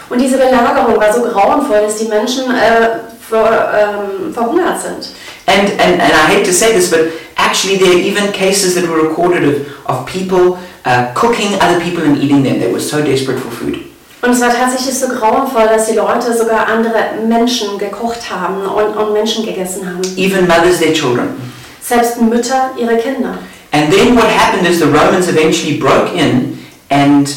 [SPEAKER 2] Und diese Belagerung war so grauenvoll, dass die Menschen äh, ver, ähm, verhungert sind.
[SPEAKER 1] And, and, and I hate to say this, but actually, there are even cases that were recorded of, of people uh, cooking other people and eating them. They were so desperate for food.
[SPEAKER 2] Und es war tatsächlich so grauenvoll, dass die Leute sogar andere Menschen gekocht haben und, und Menschen gegessen haben.
[SPEAKER 1] Even mothers, their children.
[SPEAKER 2] Selbst Mütter ihre Kinder.
[SPEAKER 1] And then what happened is the Romans eventually broke in, and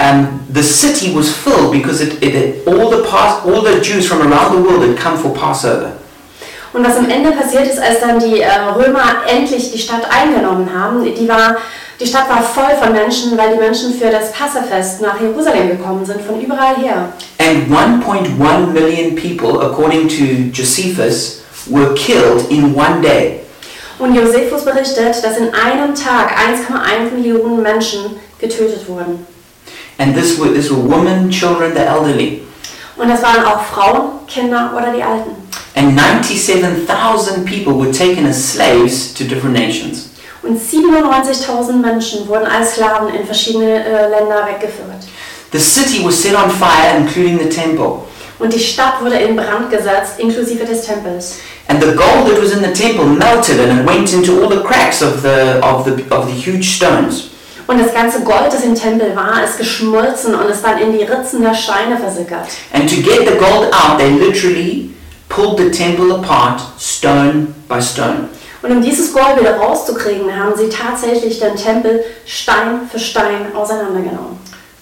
[SPEAKER 1] um, the city was filled because it, it, it- all the pas- all the Jews from around the world had come for Passover.
[SPEAKER 2] Und was am Ende passiert ist, als dann die äh, Römer endlich die Stadt eingenommen haben, die, war, die Stadt war voll von Menschen, weil die Menschen für das Passafest nach Jerusalem gekommen sind, von überall her.
[SPEAKER 1] And 1.1 million people, according to Josephus, were killed in one day.
[SPEAKER 2] Und Josephus berichtet, dass in einem Tag 1,1 Millionen Menschen getötet wurden.
[SPEAKER 1] And this were, this were women, children, the elderly.
[SPEAKER 2] Und das waren auch Frauen, Kinder oder die Alten.
[SPEAKER 1] And 97,000 people were taken as slaves to different nations.
[SPEAKER 2] Und 97.000 Menschen wurden als Sklaven in verschiedene äh, Länder weggeführt.
[SPEAKER 1] The city was set on fire, including the temple.
[SPEAKER 2] Und die Stadt wurde in Brand gesetzt, inklusive des Tempels.
[SPEAKER 1] And the gold that was in the temple melted and it went into all the cracks of the, of the, of the huge stones.
[SPEAKER 2] Und das ganze Gold, das im Tempel war, ist geschmolzen und ist dann in die Ritzen der Steine versickert.
[SPEAKER 1] And to get the gold out, they literally pulled the temple apart stone by stone.
[SPEAKER 2] Und um dieses Gold wieder rauszukriegen, haben sie tatsächlich den Tempel Stein für Stein auseinandergenommen.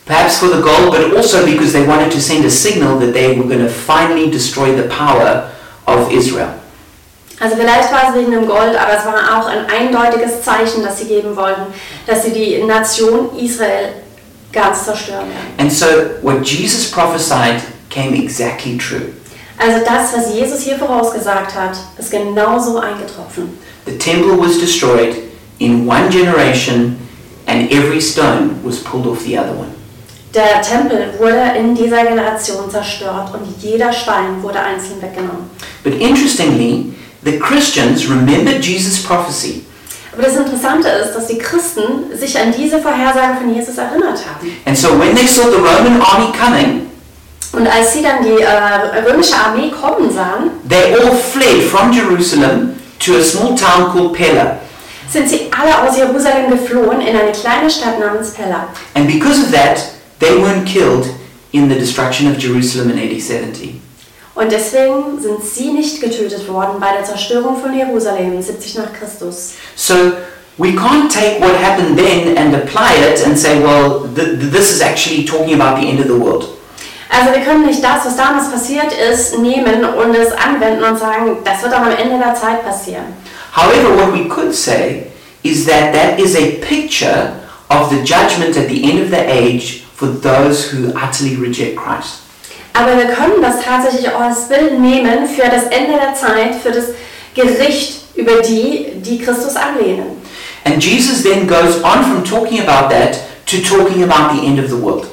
[SPEAKER 1] Perhaps for the gold, but also because they wanted to send a signal that they were going to finally destroy the power of Israel.
[SPEAKER 2] Also vielleicht war es wegen dem Gold, aber es war auch ein eindeutiges Zeichen, das sie geben wollten, dass sie die Nation Israel ganz zerstören werden.
[SPEAKER 1] And so what Jesus prophesied came exactly true.
[SPEAKER 2] Also das, was Jesus hier vorausgesagt hat, ist genauso eingetroffen.
[SPEAKER 1] The temple was destroyed in one generation, and every stone was pulled off the other one.
[SPEAKER 2] Der Tempel wurde in dieser Generation zerstört und jeder Stein wurde einzeln weggenommen.
[SPEAKER 1] But interestingly, the Christians remembered Jesus' prophecy
[SPEAKER 2] Aber das Interessante ist, dass die Christen sich an diese Vorhersage von Jesus erinnert haben.
[SPEAKER 1] and so when they saw the Roman army coming,
[SPEAKER 2] Und als sie dann die äh, römische Armee kommen sahen,
[SPEAKER 1] they all fled from Jerusalem to a small town called Pella.
[SPEAKER 2] sind sie alle aus Jerusalem geflohen in eine kleine Stadt namens Pella.
[SPEAKER 1] And because of that, they weren't killed in the destruction of Jerusalem in AD 70.
[SPEAKER 2] Und deswegen sind sie nicht getötet worden bei der Zerstörung von Jerusalem 70 nach Christus.
[SPEAKER 1] So we can't take what happened then and apply it and say, well, th- th- this is actually talking about the end of the world.
[SPEAKER 2] Also wir können nicht das, was damals passiert ist, nehmen und es anwenden und sagen, das wird auch am Ende der Zeit passieren.
[SPEAKER 1] However, what we could say is that that is a picture of the judgment at the end of the age for those who utterly reject Christ.
[SPEAKER 2] Aber wir können das tatsächlich auch als Bild nehmen für das Ende der Zeit, für das Gericht über die, die Christus ablehnen.
[SPEAKER 1] And Jesus then goes on from talking about that to talking about the end of the world.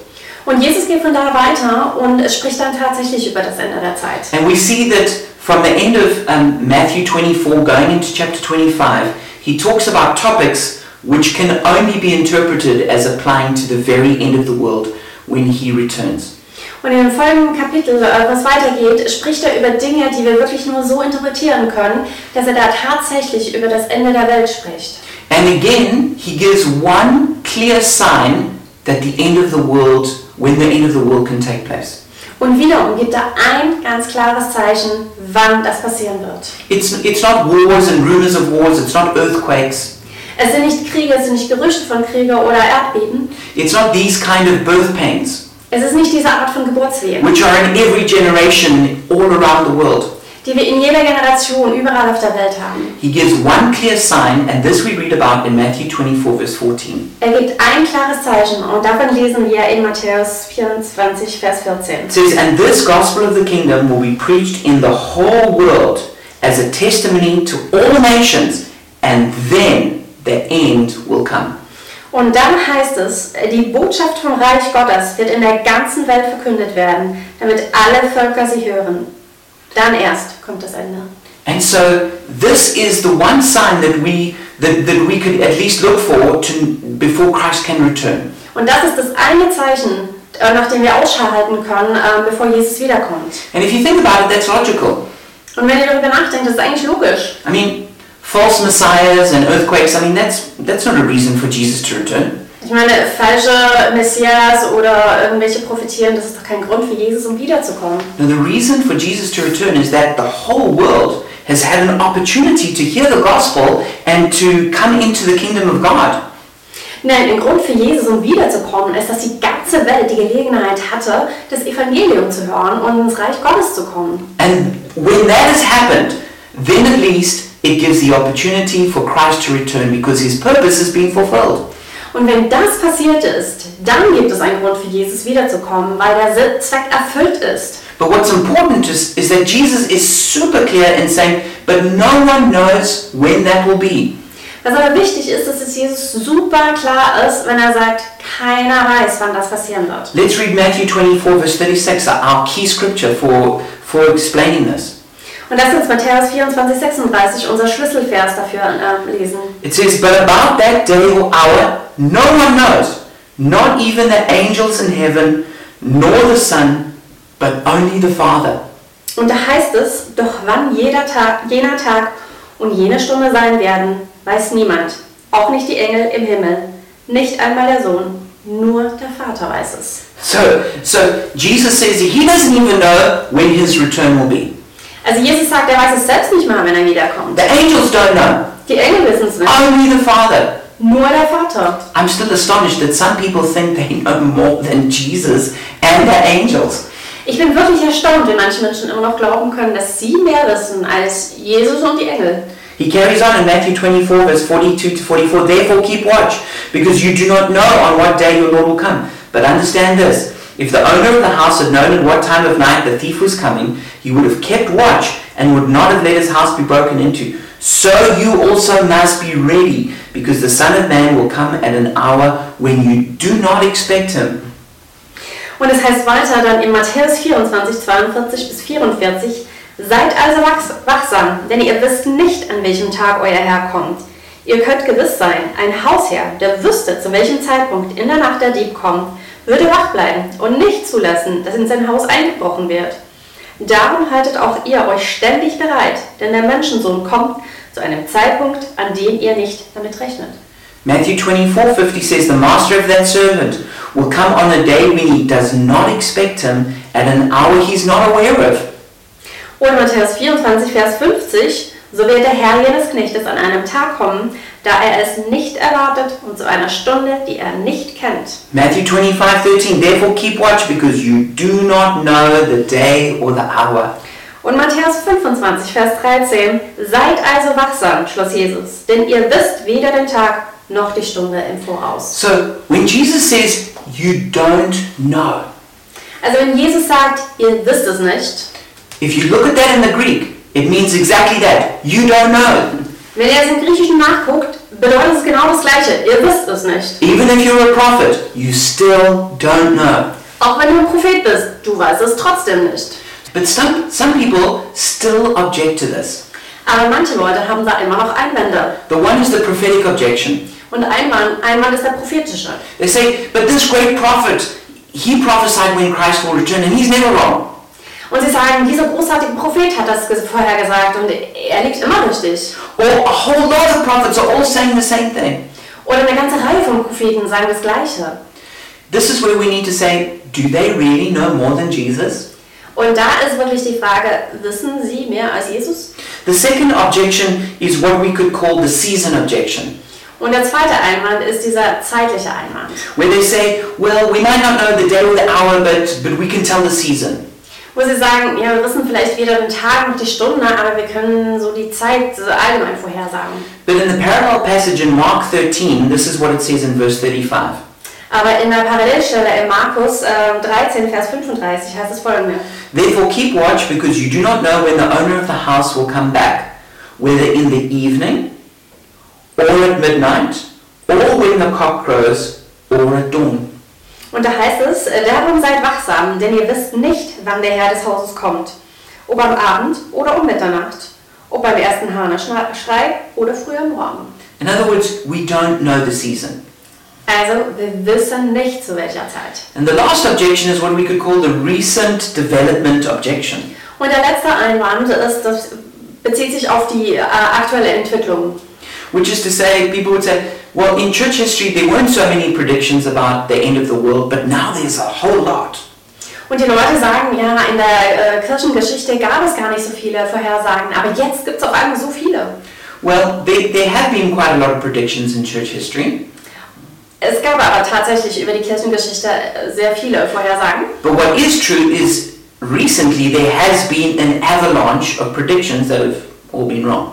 [SPEAKER 2] Und Jesus geht von da weiter und spricht dann tatsächlich über das Ende der Zeit.
[SPEAKER 1] And we see that from the end of um, Matthew 24 going into chapter 25, he talks about topics which can only be interpreted as applying to the very end of the world when he returns.
[SPEAKER 2] Und in dem folgenden Kapitel, äh, was weitergeht, spricht er über Dinge, die wir wirklich nur so interpretieren können, dass er da tatsächlich über das Ende der Welt spricht.
[SPEAKER 1] And again, he gives one clear sign that the end of the world, when the end of the world can take place.
[SPEAKER 2] Und wiederum gibt er ein ganz klares Zeichen, wann das passieren wird.
[SPEAKER 1] It's, it's not wars and rumors of wars, it's not earthquakes,
[SPEAKER 2] Es sind nicht Kriege, es sind nicht Gerüchte von Kriege oder Erdbeben.
[SPEAKER 1] it's not these kind of birth pains,
[SPEAKER 2] Es ist nicht diese Art von Geburtswehen,
[SPEAKER 1] which are in every generation all around the world.
[SPEAKER 2] die wir in jeder Generation überall auf der Welt haben.
[SPEAKER 1] He gives one clear sign, and this we read about in Matthew 24, verse 14.
[SPEAKER 2] Er gibt ein klares Zeichen und davon lesen wir in Matthäus 24, Vers 14.
[SPEAKER 1] It says, And this gospel of the kingdom will be preached in the whole world as a testimony to all nations, and then the end will come.
[SPEAKER 2] Und dann heißt es, die Botschaft vom Reich Gottes wird in der ganzen Welt verkündet werden, damit alle Völker sie hören. Dann erst kommt das Ende.
[SPEAKER 1] And so this is the one sign that we that, that we could at least look for to before Christ can return.
[SPEAKER 2] Und das ist das eine Zeichen, äh, nach dem wir Ausschau halten können, äh, bevor Jesus wiederkommt.
[SPEAKER 1] And if you think about it, that's logical.
[SPEAKER 2] Und wenn ihr darüber nachdenkt, das ist eigentlich logisch.
[SPEAKER 1] I mean, false messiahs and earthquakes, I mean that's that's not a reason for Jesus to return.
[SPEAKER 2] Ich meine, falsche Messias oder irgendwelche profitieren, das ist doch kein Grund für Jesus, um wiederzukommen.
[SPEAKER 1] Now, the reason for Jesus to return is that the whole world has had an opportunity to hear the gospel and to come into the kingdom of God.
[SPEAKER 2] Nein, der Grund für Jesus, um wiederzukommen, ist, dass die ganze Welt die Gelegenheit hatte, das Evangelium zu hören und ins Reich Gottes zu kommen.
[SPEAKER 1] And when that has happened, then at least it gives the opportunity for Christ to return because his purpose has been fulfilled.
[SPEAKER 2] Und wenn das passiert ist, dann gibt es einen Grund für Jesus wiederzukommen, weil der Sinn- Zweck erfüllt ist.
[SPEAKER 1] But what's important is, is that Jesus is super clear in saying, but no one knows when that will be.
[SPEAKER 2] Was aber wichtig ist, ist, dass Jesus super klar ist, wenn er sagt, keiner weiß, wann das passieren wird.
[SPEAKER 1] Let's read Matthew 24, verse 36, our key scripture for, for explaining this.
[SPEAKER 2] Und das ist Matthäus 24, 36, unser Schlüsselvers dafür ähm, lesen.
[SPEAKER 1] It says, But about that day or hour, no one knows, not even the angels in heaven, nor the Son, but only the Father.
[SPEAKER 2] Und da heißt es, doch wann jeder Tag, jener Tag und jene Stunde sein werden, weiß niemand, auch nicht die Engel im Himmel, nicht einmal der Sohn, nur der Vater weiß es.
[SPEAKER 1] So, so Jesus says he doesn't even know when his return will be.
[SPEAKER 2] Also Jesus sagt, er weiß es selbst nicht mal, wenn er wiederkommt.
[SPEAKER 1] The angels don't know,
[SPEAKER 2] Die Engel wissen es nicht,
[SPEAKER 1] only the Father.
[SPEAKER 2] nur der Vater.
[SPEAKER 1] I'm still astonished that some people think they know more than Jesus and the angels.
[SPEAKER 2] Ich bin wirklich erstaunt, wie manche Menschen immer noch glauben können, dass sie mehr wissen als Jesus und die Engel.
[SPEAKER 1] He carries on in Matthew 24, verse 42 to 44. Therefore keep watch, because you do not know on what day your Lord will come. But understand this if the owner of the house had known at what time of night the thief was coming, he would have kept watch and would not have let his house be broken into. So you also must be ready, because the Son of Man will come at an hour when you do not expect him.
[SPEAKER 2] Und es heißt weiter dann in Matthäus 24, 42 bis 44, Seid also wachs- wachsam, denn ihr wisst nicht, an welchem Tag euer Herr kommt. Ihr könnt gewiss sein, ein Hausherr, der wüsste, zu welchem Zeitpunkt in der Nacht der Dieb kommt, würde wach bleiben und nicht zulassen, dass in sein Haus eingebrochen wird. Darum haltet auch ihr euch ständig bereit, denn der Menschensohn kommt zu einem Zeitpunkt, an dem ihr nicht damit rechnet.
[SPEAKER 1] Matthew 24:50 says, The master of that servant will come on a day when he does not expect him at an hour he's not aware of.
[SPEAKER 2] Und Matthäus 24, Vers 50, so wird der Herr jenes Knechtes an einem Tag kommen, da er es nicht erwartet und zu einer Stunde, die er nicht kennt.
[SPEAKER 1] Matthew 25:13 Therefore keep watch because you do not know the day or the hour.
[SPEAKER 2] Und Matthäus 25, Vers 13, seid also wachsam, schloss Jesus, denn ihr wisst weder den Tag noch die Stunde im Voraus.
[SPEAKER 1] So when Jesus says you don't know,
[SPEAKER 2] Also wenn Jesus sagt, ihr wisst es nicht,
[SPEAKER 1] if you look at that in the Greek, it means exactly that. You don't know.
[SPEAKER 2] wenn ihr es im Griechischen nachguckt, bedeutet es genau das Gleiche, ihr wisst es nicht.
[SPEAKER 1] Even if you're a prophet, you still don't know.
[SPEAKER 2] Auch wenn du ein Prophet bist, du weißt es trotzdem nicht.
[SPEAKER 1] But some, some people still object to this.
[SPEAKER 2] Aber manche Leute haben da immer noch Einwände.
[SPEAKER 1] The one is the prophetic objection.
[SPEAKER 2] Und Einwand, Einwand ist der prophetische.
[SPEAKER 1] They say, but this great prophet, he prophesied when Christ will return, and he's never wrong.
[SPEAKER 2] Und sie sagen, dieser großartige Prophet hat das ges- vorher gesagt und er liegt immer richtig.
[SPEAKER 1] Or a whole lot of prophets are all saying the same thing.
[SPEAKER 2] Oder eine ganze Reihe von Propheten sagen das Gleiche.
[SPEAKER 1] This is where we need to say, do they really know more than Jesus?
[SPEAKER 2] Und da ist wirklich die Frage, wissen Sie mehr als Jesus?
[SPEAKER 1] The second objection is what we could call the season objection,
[SPEAKER 2] Und der zweite Einwand ist dieser zeitliche Einwand.
[SPEAKER 1] where they say, well, we might not know the day or the hour, but, but we can tell the season.
[SPEAKER 2] Wo Sie sagen, ja, wir wissen vielleicht weder den Tag noch die Stunde, aber wir können so die Zeit so allgemein vorhersagen.
[SPEAKER 1] But in the parallel passage in Mark 13, this is what it says in verse 35.
[SPEAKER 2] Aber in der Parallelstelle in Markus äh, 13, Vers 35 heißt es folgendes.
[SPEAKER 1] Therefore keep watch because you do not know when the owner of the house will come back, whether in the evening, or at midnight, or when the cock crows, or at dawn.
[SPEAKER 2] Und da heißt es, darum seid wachsam, denn ihr wisst nicht, wann der Herr des Hauses kommt. Ob am Abend oder um Mitternacht. Ob beim ersten Hahnerschrei oder früh am Morgen.
[SPEAKER 1] In other words, we don't know the season.
[SPEAKER 2] Also, wir wissen nicht zu welcher Zeit.
[SPEAKER 1] And the last objection is what we could call the recent development objection,
[SPEAKER 2] Und der letzte Einwand ist, das bezieht sich auf die äh, aktuelle Entwicklung.
[SPEAKER 1] which is to say, people would say, well, in church history there weren't so many predictions about the end of the world, but now there's a whole lot.
[SPEAKER 2] Und die Leute sagen, ja, in der äh, Kirchengeschichte gab es gar nicht so viele Vorhersagen, aber jetzt gibt es auf einmal so viele.
[SPEAKER 1] Well, there, there have been quite a lot of predictions in church history.
[SPEAKER 2] Es gab aber tatsächlich über die Kirchengeschichte äh, sehr viele Vorhersagen.
[SPEAKER 1] But what is true is recently there has been an avalanche of predictions that have all been wrong.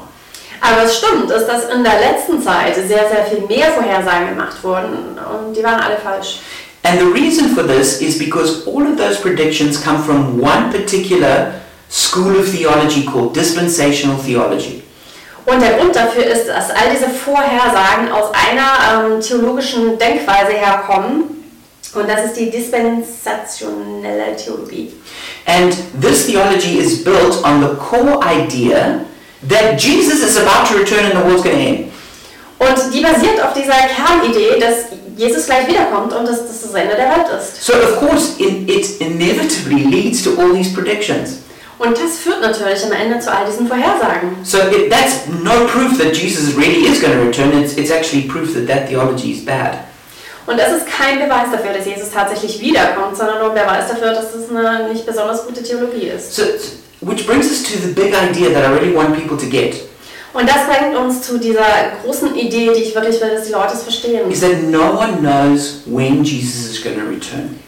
[SPEAKER 2] Aber es stimmt, ist, dass in der letzten Zeit sehr, sehr viel mehr Vorhersagen gemacht wurden und die waren alle falsch.
[SPEAKER 1] And the reason for this is because all of those predictions come from one particular school of theology called dispensational theology.
[SPEAKER 2] Und der Grund dafür ist, dass all diese Vorhersagen aus einer ähm, theologischen Denkweise herkommen und das ist die dispensationelle Theologie.
[SPEAKER 1] And this theology is built on the core idea that Jesus is about to return and the world's going to end.
[SPEAKER 2] Und die basiert auf dieser Kernidee, dass Jesus gleich wiederkommt und dass das das Ende der Welt ist.
[SPEAKER 1] So, of course, it, it inevitably leads to all these predictions.
[SPEAKER 2] Und das führt natürlich am Ende zu all diesen Vorhersagen.
[SPEAKER 1] So it, that's no proof that Jesus really is going to return. It's, it's actually proof that that theology is bad.
[SPEAKER 2] Und das ist kein Beweis dafür, dass Jesus tatsächlich wiederkommt, sondern nur ein Beweis dafür, dass es eine nicht besonders gute Theologie ist.
[SPEAKER 1] So, so- which brings us to the big idea that I really want people to get
[SPEAKER 2] Und das bringt uns zu dieser großen Idee, die ich wirklich will, dass die Leute es verstehen.
[SPEAKER 1] is that no one knows when Jesus is going to return.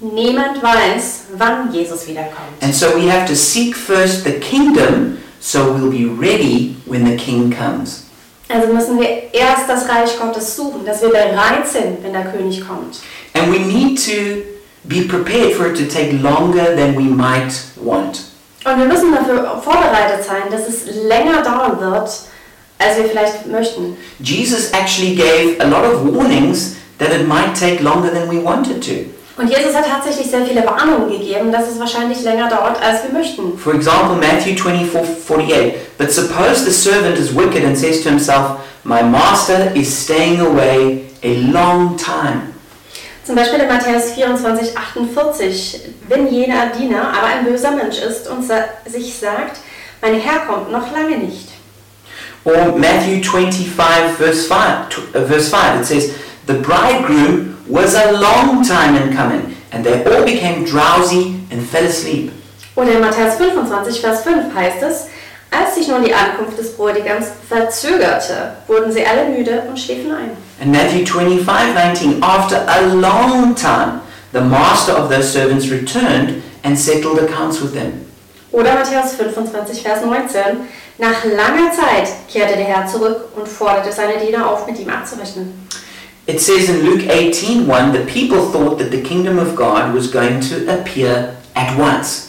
[SPEAKER 2] Niemand weiß, wann Jesus wiederkommt.
[SPEAKER 1] And so we have to seek first the kingdom so we'll be ready when the king comes.
[SPEAKER 2] Also müssen wir erst das Reich Gottes suchen, dass wir bereit sind, wenn der König kommt.
[SPEAKER 1] And we need to be prepared for it to take longer than we might want.
[SPEAKER 2] Und wir müssen dafür vorbereitet sein, dass es länger dauern wird, als wir vielleicht möchten.
[SPEAKER 1] Jesus actually gave a lot of warnings that it might take longer than we wanted to.
[SPEAKER 2] Und Jesus hat tatsächlich sehr viele Warnungen gegeben, dass es wahrscheinlich länger dauert, als wir möchten.
[SPEAKER 1] For example, Matthew 24 48. But suppose the servant is wicked and says to himself, My master is staying away a long time.
[SPEAKER 2] Zum Beispiel in Matthäus 24, 48. Wenn jener Diener aber ein böser Mensch ist und sa- sich sagt, mein Herr kommt noch lange nicht.
[SPEAKER 1] Or Matthew 25, verse 5, tw- uh, verse 5, it says, The bridegroom was a long time in coming, and they all became drowsy and fell asleep.
[SPEAKER 2] Oder in Matthäus 25, Vers 5 heißt es, als sich nun die Ankunft des Bräutigams verzögerte, wurden sie alle müde und schliefen ein.
[SPEAKER 1] And Matthew 25, 19, After a long time, the master of those servants returned and settled accounts with them.
[SPEAKER 2] Oder Matthäus 25, Vers 19, nach langer Zeit kehrte der Herr zurück und forderte seine Diener auf, mit ihm abzurechnen.
[SPEAKER 1] It says in Luke 18:1, the people thought that the kingdom of God was going to appear at once.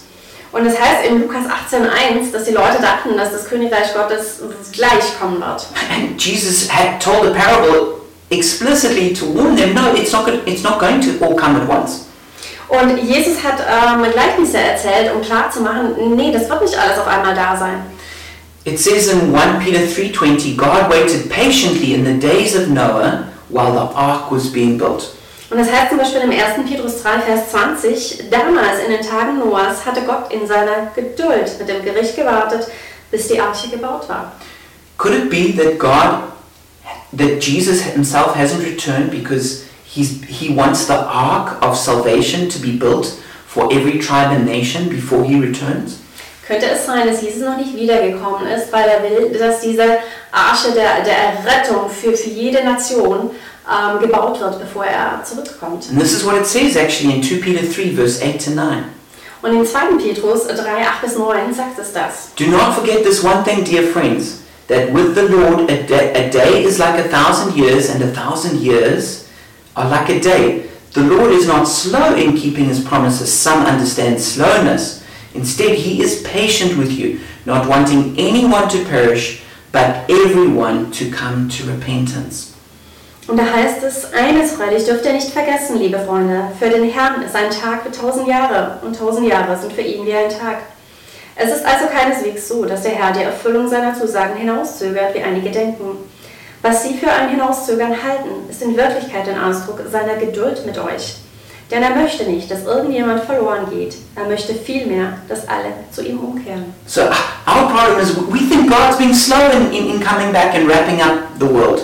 [SPEAKER 2] Und es heißt in Lukas 18,1, dass die Leute dachten, dass das Königreich Gottes gleich kommen wird.
[SPEAKER 1] And Jesus had told the parable explicitly to warn them, no, it's not, go- it's not going to all come at once.
[SPEAKER 2] Und Jesus hat ähm, Gleichnisse erzählt, um klarzumachen, nee, das wird nicht alles auf einmal da sein.
[SPEAKER 1] It says in 1 Peter 3:20, God waited patiently in the days of Noah while the ark was being built.
[SPEAKER 2] Und das heißt zum Beispiel im 1. Petrus 3, Vers 20, damals in den Tagen Noahs hatte Gott in seiner Geduld mit dem Gericht gewartet, bis die Arche gebaut war.
[SPEAKER 1] Could it be that God that Jesus himself hasn't returned because he's, he wants the ark of salvation to be built for every tribe and nation before he returns?
[SPEAKER 2] Könnte es sein, dass Jesus noch nicht wiedergekommen ist, weil er will, dass diese Arche der, der Errettung für, für jede Nation ähm, gebaut wird, bevor er zurückkommt?
[SPEAKER 1] And this is what it says actually in 2 Peter 3, verse 8 to 9.
[SPEAKER 2] Und im 2. Petrus 3, 8 bis 9 sagt es das.
[SPEAKER 1] Do not forget this one thing, dear friends, that with the Lord a, da- a day is like a thousand years, and a thousand years are like a day. The Lord is not slow in keeping his promises, some understand slowness. Instead, he is patient with you, not wanting anyone to perish, but everyone to come to repentance.
[SPEAKER 2] Und da heißt es, eines freilich dürft ihr nicht vergessen, liebe Freunde. Für den Herrn ist ein Tag wie tausend Jahre und tausend Jahre sind für ihn wie ein Tag. Es ist also keineswegs so, dass der Herr die Erfüllung seiner Zusagen hinauszögert, wie einige denken. Was sie für ein Hinauszögern halten, ist in Wirklichkeit ein Ausdruck seiner Geduld mit euch. Denn er möchte nicht, dass irgendjemand verloren geht. Er möchte vielmehr, dass alle zu ihm umkehren.
[SPEAKER 1] So, uh, our problem is we think God's been slow in, in, in coming back and wrapping up the world.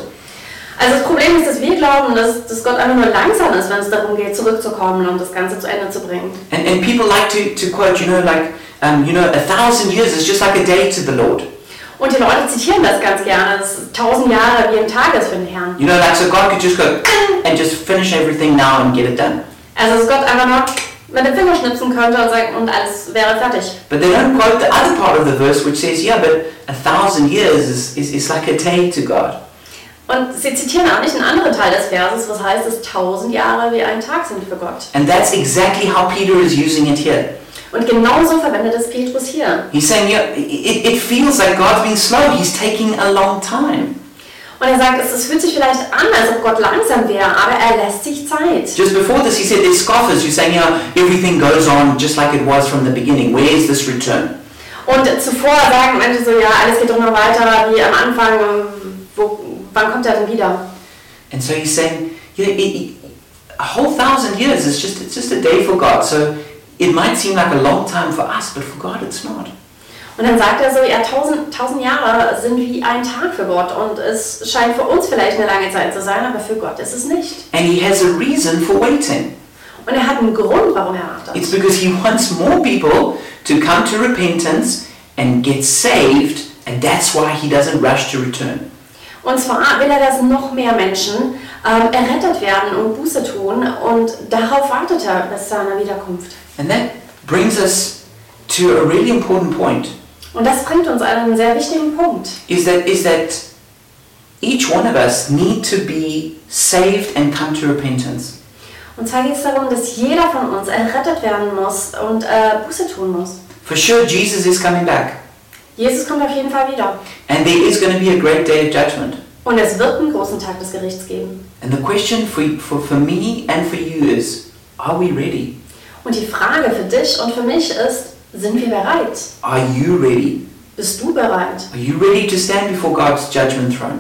[SPEAKER 2] Also das Problem ist, dass wir glauben, dass, dass Gott einfach nur langsam ist, wenn es darum geht, zurückzukommen und das Ganze zu Ende zu bringen.
[SPEAKER 1] And, and people like to, to quote, you know, like, um, you know, a thousand years is just like a day to the Lord.
[SPEAKER 2] Und die Leute zitieren das ganz gerne. Es ist tausend Jahre wie ein Tag ist für den Herrn.
[SPEAKER 1] You know, like, so God could just go and just finish everything now and get it done.
[SPEAKER 2] Also dass Gott einfach nur mit dem Finger schnipsen könnte und sagen, und alles wäre fertig.
[SPEAKER 1] But they don't quote the other part of the verse which says, yeah, but a thousand years is, is, is like a day to God.
[SPEAKER 2] Und sie zitieren auch nicht einen anderen Teil des Verses, was heißt, dass tausend Jahre wie ein Tag sind für Gott.
[SPEAKER 1] And that's exactly how Peter is using it here.
[SPEAKER 2] Und genauso verwendet es Petrus hier.
[SPEAKER 1] He's saying, yeah, it, it feels like God's been slow. He's taking a long time.
[SPEAKER 2] Und er sagt, es, es fühlt sich vielleicht an, als ob Gott langsam wäre, aber er lässt sich Zeit.
[SPEAKER 1] Just before this, he said, there's scoffers who saying, yeah, everything goes on just like it was from the beginning. Where's this return?
[SPEAKER 2] Und zuvor sagen manche so, ja, alles geht doch noch weiter wie am Anfang. Wo, wann kommt er denn wieder?
[SPEAKER 1] And so he's saying, you know, it, it- a whole thousand years is just it's just a day for God. So it might seem like a long time for us, but for God it's not.
[SPEAKER 2] Und dann sagt er so, ja, tausend, tausend Jahre sind wie ein Tag für Gott und es scheint für uns vielleicht eine lange Zeit zu sein, aber für Gott ist es nicht.
[SPEAKER 1] And he has a reason for waiting.
[SPEAKER 2] Und er hat einen Grund, warum er wartet.
[SPEAKER 1] It's because he wants more people to come to repentance and get saved, and that's why he doesn't rush to return.
[SPEAKER 2] Und zwar will er, dass noch mehr Menschen ähm, errettet werden und Buße tun und darauf wartet er bis zu seiner Wiederkunft.
[SPEAKER 1] And that brings us to a really important point
[SPEAKER 2] Und das bringt uns an einen sehr wichtigen Punkt.
[SPEAKER 1] is that is that each one of us need to be saved and come to repentance.
[SPEAKER 2] Und zwar geht es darum, dass jeder von uns errettet werden muss und äh, Buße tun muss.
[SPEAKER 1] For sure Jesus is coming back.
[SPEAKER 2] Jesus kommt auf jeden Fall wieder.
[SPEAKER 1] And there is going to be a great day of judgment.
[SPEAKER 2] Und es wird einen großen Tag des Gerichts geben.
[SPEAKER 1] And the question for, for, for me and for you is are we ready?
[SPEAKER 2] Und die Frage für dich und für mich ist, sind wir bereit?
[SPEAKER 1] Are you ready?
[SPEAKER 2] Bist du bereit?
[SPEAKER 1] Are you ready to stand before God's judgment throne?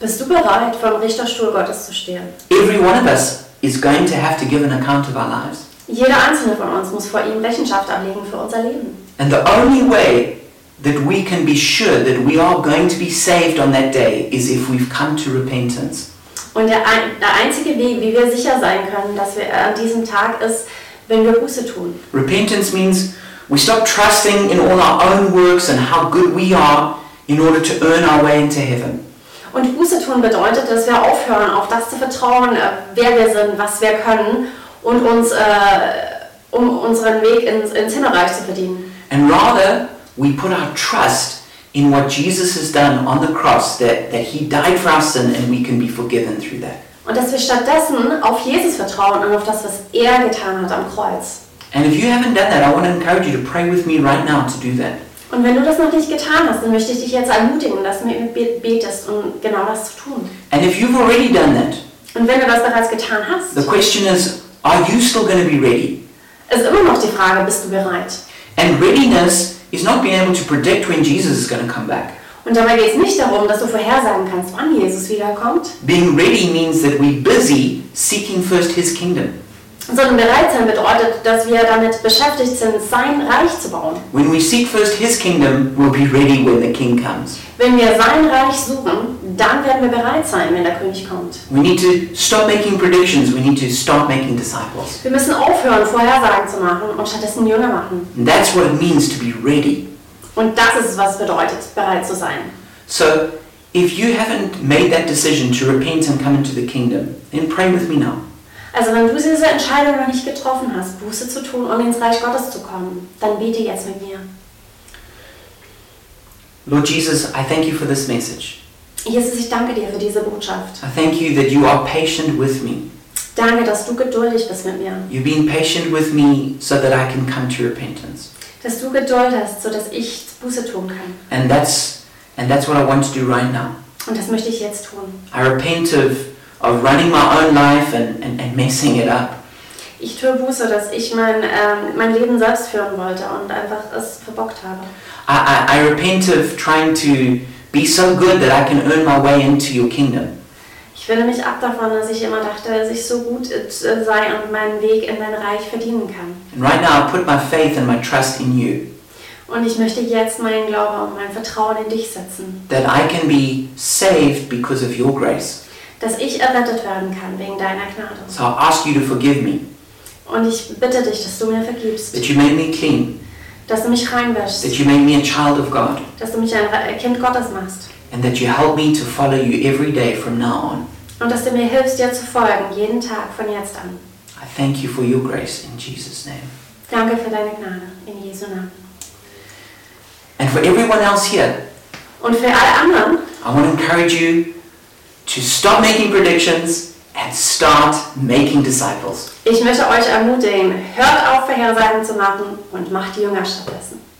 [SPEAKER 2] Bist du bereit, vor dem Richterstuhl Gottes zu stehen?
[SPEAKER 1] Every one of us is going to have to give an account of our lives.
[SPEAKER 2] Jeder einzelne von uns muss vor ihm Rechenschaft ablegen für unser Leben.
[SPEAKER 1] And the only way that we can be sure that we are going to be saved on that day is if we've come to repentance.
[SPEAKER 2] Und der, ein, der einzige Weg, wie wir sicher sein können, dass wir an diesem Tag ist, wenn wir Buße tun.
[SPEAKER 1] Repentance means we stop trusting in all our own works and how good we are in order to earn our way into heaven.
[SPEAKER 2] Und Buße tun bedeutet, dass wir aufhören, auf das zu vertrauen, äh, wer wir sind, was wir können und uns äh, um unseren Weg ins, ins Himmelreich zu verdienen.
[SPEAKER 1] And rather, we put our trust in what Jesus has done on the cross, that, that he died for our sin and we can be forgiven through that.
[SPEAKER 2] Und dass wir stattdessen auf Jesus vertrauen und auf das, was er getan hat am Kreuz.
[SPEAKER 1] And if you haven't done that, I want to encourage you to pray with me right now to do that.
[SPEAKER 2] Und wenn du das noch nicht getan hast, dann möchte ich dich jetzt ermutigen, dass du mit mir be- betest, um genau das zu tun.
[SPEAKER 1] And if you've already done that,
[SPEAKER 2] Und wenn du das bereits getan hast,
[SPEAKER 1] the question is, are you still going to be ready?
[SPEAKER 2] ist immer noch die Frage, bist du bereit?
[SPEAKER 1] And readiness is not being able to predict when Jesus is going to come back.
[SPEAKER 2] Und dabei geht es nicht darum, dass du vorhersagen kannst, wann Jesus wiederkommt,
[SPEAKER 1] Being ready means that we're busy seeking first his kingdom.
[SPEAKER 2] sondern bereit sein bedeutet, dass wir damit beschäftigt sind, sein Reich zu bauen.
[SPEAKER 1] When we seek first his kingdom, we'll be ready when the king comes.
[SPEAKER 2] Wenn wir sein Reich suchen, dann werden wir bereit sein, wenn der König kommt.
[SPEAKER 1] We need to stop making predictions, we need to start making disciples.
[SPEAKER 2] Wir müssen aufhören, Vorhersagen zu machen und stattdessen Jünger machen.
[SPEAKER 1] And that's what it means to be ready.
[SPEAKER 2] Und das ist, was bedeutet, bereit zu sein.
[SPEAKER 1] So, if you haven't made that decision to repent and come into the kingdom, then pray with me now.
[SPEAKER 2] Also wenn du diese Entscheidung noch nicht getroffen hast, Buße zu tun und ins Reich Gottes zu kommen, dann bete jetzt mit mir.
[SPEAKER 1] Lord Jesus, I thank you for this message.
[SPEAKER 2] Jesus, ich danke dir für diese Botschaft.
[SPEAKER 1] I thank you that you are patient with me.
[SPEAKER 2] Danke, dass du geduldig bist mit mir.
[SPEAKER 1] You've been patient with me so that I can come to repentance.
[SPEAKER 2] Dass du Geduld hast, sodass ich Buße tun kann.
[SPEAKER 1] And that's and that's what I want to do right now.
[SPEAKER 2] Und das möchte ich jetzt tun.
[SPEAKER 1] I repent of of running my own life and, and, and messing it up.
[SPEAKER 2] Ich tue Buße, dass ich mein, ähm, mein Leben selbst führen wollte und einfach es verbockt habe.
[SPEAKER 1] I, I, I repent of trying to be so good that I can earn my way into your kingdom.
[SPEAKER 2] Ich wende mich ab davon, dass ich immer dachte, dass ich so gut äh, sei und meinen Weg in dein Reich verdienen kann.
[SPEAKER 1] And right now I put my faith and my trust in you.
[SPEAKER 2] Und ich möchte jetzt meinen Glauben und mein Vertrauen in dich setzen.
[SPEAKER 1] That I can be saved because of your grace.
[SPEAKER 2] Dass ich errettet werden kann wegen deiner Gnade.
[SPEAKER 1] So I ask you to forgive me.
[SPEAKER 2] Und ich bitte dich, dass du mir vergibst.
[SPEAKER 1] That you made me clean.
[SPEAKER 2] Dass du mich reinwäschst.
[SPEAKER 1] That you made me a child of God.
[SPEAKER 2] Dass du mich ein Re- Kind Gottes machst.
[SPEAKER 1] and that you help me to follow you every day from now on.
[SPEAKER 2] Und dass du mir hilfst, dir zu folgen, jeden Tag von jetzt an.
[SPEAKER 1] I thank you for your grace in Jesus' name.
[SPEAKER 2] Danke für deine Gnade in Jesu Namen.
[SPEAKER 1] And for everyone else here,
[SPEAKER 2] Und für alle anderen
[SPEAKER 1] I want to encourage you to stop making predictions and start making disciples.
[SPEAKER 2] Ich möchte euch ermutigen, hört auf, Vorhersagen zu machen und macht die Jünger stattdessen.